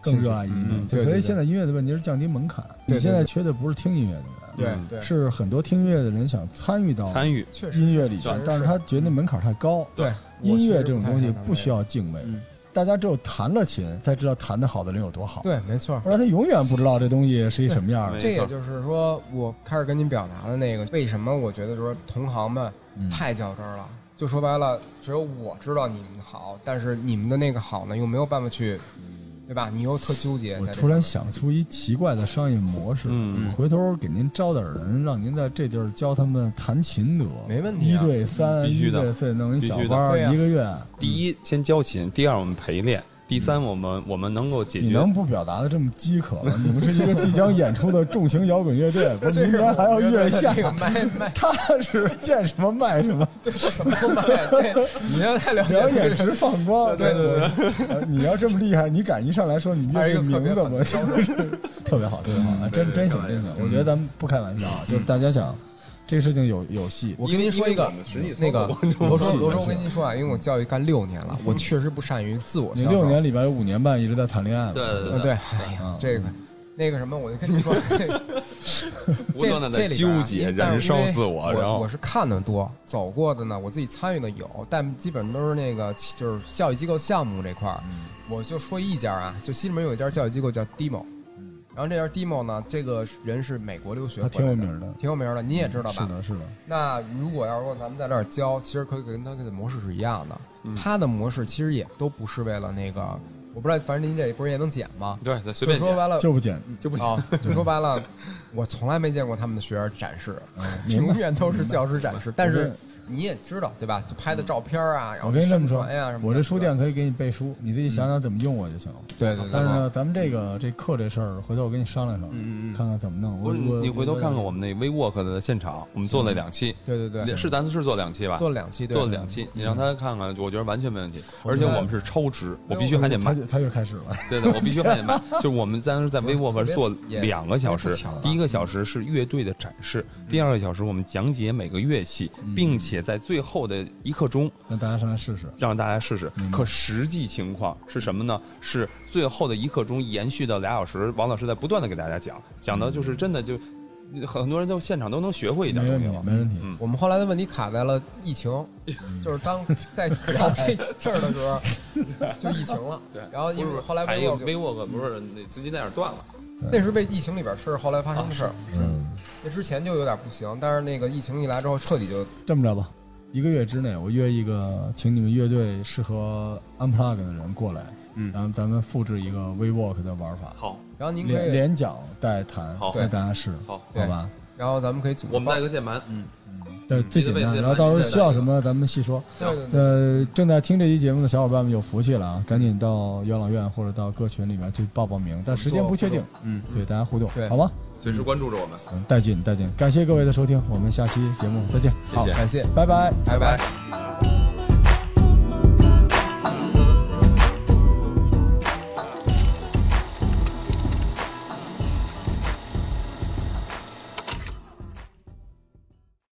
A: 更热爱音乐，
C: 嗯
A: 就所
B: 对
A: 以
B: 对对
A: 现在音乐的问题是降低门槛。
B: 对
A: 你现在
B: 对
A: 缺的不是听音乐的人，
B: 对
C: 嗯
B: 对，
A: 是很多听音乐的人想参与到
C: 参与
B: 确实
A: 音乐里
B: 确
A: 边
B: 实，
A: 但是
B: 是嗯
A: 他觉得门槛太高。
C: 对
B: 我
A: 音乐
B: 是
A: 这种
B: 不太
A: 东西
B: 擅长
A: 不
B: 这
A: 需
B: 个
A: 要敬畏
D: 嗯，
A: 大家只有弹了琴才知道弹得好的人有多好，
B: 对，没错。
A: 不然他永远不知道这东西是一什么样
C: 没
A: 的。
B: 这也
C: 错
B: 就是说，我开始跟您表达的那个，为什么我觉得说同行们
A: 嗯
B: 太较真儿了。就说白了，只有我知道你们好，但是你们的那个好呢，又没有办法去，对吧？你又特纠结。
A: 我
B: 在这
A: 突然
B: 个
A: 想出一奇怪的商业模式，
C: 嗯
A: 我回头给您招点人，让您在这地儿教他们弹琴得，
B: 没问题
A: 一
B: 啊
A: 对三，
C: 嗯必
A: 一
C: 须的
A: 对四，弄一
C: 必
A: 小
C: 须的
A: 班
B: 对呀啊
A: 儿，一个月。
C: 第一先交琴，第二我们陪练，第三，我们我们能够解
A: 你
C: 决
A: 能不表达的这么饥渴 吗？你们是一个即将演出的重型摇滚乐队，不是明年还要月下
B: 这，个卖卖
A: 他是见什么卖什么，
B: 什么都卖，这你要太了 解
A: 两眼
B: 了。
A: 直放光。
B: 对对
A: 对对，你要这么厉害，你敢一上来说你乐
B: 还有
A: 队
B: 一个特
A: 名
B: 别
A: 字
B: 狠
A: 吗？ 特别好，特别好，啊真真行真行。我觉得咱们不开玩笑啊，就是大家想这个事情有有戏，
B: 我跟您说一个
D: 因为我们实际，操
B: 那个
D: 作
B: 罗
A: 是
B: 叔，罗
A: 是
B: 叔，我跟您说啊，因为我教育干六年了，我确实不善于自我销
A: 你
B: 售。
A: 六年里边有五年半一直在谈恋爱嘛，
C: 对对
B: 啊，对，哎呀，这个那个什么，我就跟你说，
C: 不断地在
B: 这这里边啊
C: 纠结
B: 因但是
C: 燃烧
B: 因为
C: 自我
B: 我，
C: 然后
B: 我是看的多，走过的呢，我自己参与的有，但基本都是那个就是教育机构项目这块儿，我就说一家啊，就西直门有一家教育机构叫 Demo，然后这家 Demo 呢，这个人是美国留学
A: 他
B: 回
A: 挺
B: 来
A: 有
B: 的，
A: 名的，
B: 挺有名的，你也知道吧？
A: 嗯是的，是的，
B: 那如果要是说咱们在这儿教，其实可以跟他的模式是一样的。
A: 嗯
B: 他的模式其实也都不是为了那个，我不知道，反正您这不是也能剪吗？
C: 对对
B: 就
C: 随便
B: 说
C: 剪
B: 白了，
A: 就不简
B: 就不啊，就说白了，我从来没见过他们的学员展 示，嗯
A: 明白
B: 永远都是教师展示。但
A: 我
B: 是
A: 跟
B: 你也知道对吧？就拍的照片啊，然后
A: 我跟你这么
B: 宣
A: 说
B: 传呀什么的。
A: 我这书店可以给你背书，你自己想想怎么用我就行了。
B: 对对
A: 但是
B: 对，
A: 呢，咱们这个这课这事儿，回头我跟你商量商
B: 嗯嗯
A: 量，
B: 嗯
A: 看看怎么弄。
C: 不
A: 我
C: 是你
A: 我
C: 你回头看看我们那 WeWork 的现场，我们做了两期，
B: 对对对，
C: 是咱是做两期吧？
B: 做了两期，对嗯
C: 做了两期，你让他看看，我觉得完全没问题。
A: 我
C: 而且
A: 觉得
C: 我们是超值，我
B: 对
C: 必须还得
A: 他
C: 卖。
A: 就他就开始了，
C: 对对，我必须还得卖。就是我们当时在 WeWork 做
B: 也
C: 两个小时
B: 也不巧了，嗯
C: 第一个小时是乐队的展示，第二个小时我们讲解每个乐器，并且在最后的一刻钟
A: 让大家上来试试。
C: 让大家试试。
A: 明白
C: 可实际情况是什么呢？是最后的一刻钟延续到俩小时，王老师在不断的给大家讲，讲到就是真的就很多人都现场都能学会一
A: 没
C: 点
A: 问
C: 东西
A: 题，
C: 了
A: 没。问题。
C: 嗯
B: 我们后来的问题卡在了疫情，就是当在搞这事儿的时候， 就疫情了。
C: 对
B: 然后因为后来
C: 还
B: 微
C: 有
B: 博就
C: WeWork 不是那资金链儿断了，
B: 那是被疫情里边事儿，后来发生的
C: 啊
B: 事儿。
A: 嗯，
B: 那之前就有点不行，但是那个疫情一来之后，彻底就
A: 这么着吧，一个月之内我约一个，请你们乐队适合 unplug 的人过来，
D: 嗯
A: 然后咱们复制一个 WeWork 的玩法，
C: 好，
B: 然后您可
A: 连
B: 以，
A: 连讲带弹，
C: 好
A: 带大家试，
C: 好
A: 好吧？
B: 然后咱们可以组
C: 我们带
B: 帮
C: 个键盘，嗯
A: 对，最简单。然后到时候需要什么，咱们细说。
B: 对对对，
A: 呃，正在听这期节目的小伙伴们有福气了啊，赶紧到养老院或者到各群里面去报报名，但时间不确定，
D: 嗯，
A: 对，大家互动，
B: 对
A: 好吗？
C: 随时关注着我们。
A: 嗯，带劲带劲，感谢各位的收听，我们下期节目再见，
C: 谢
A: 好
C: 谢
B: 感谢，
A: 拜拜。
B: 拜拜。
C: 拜拜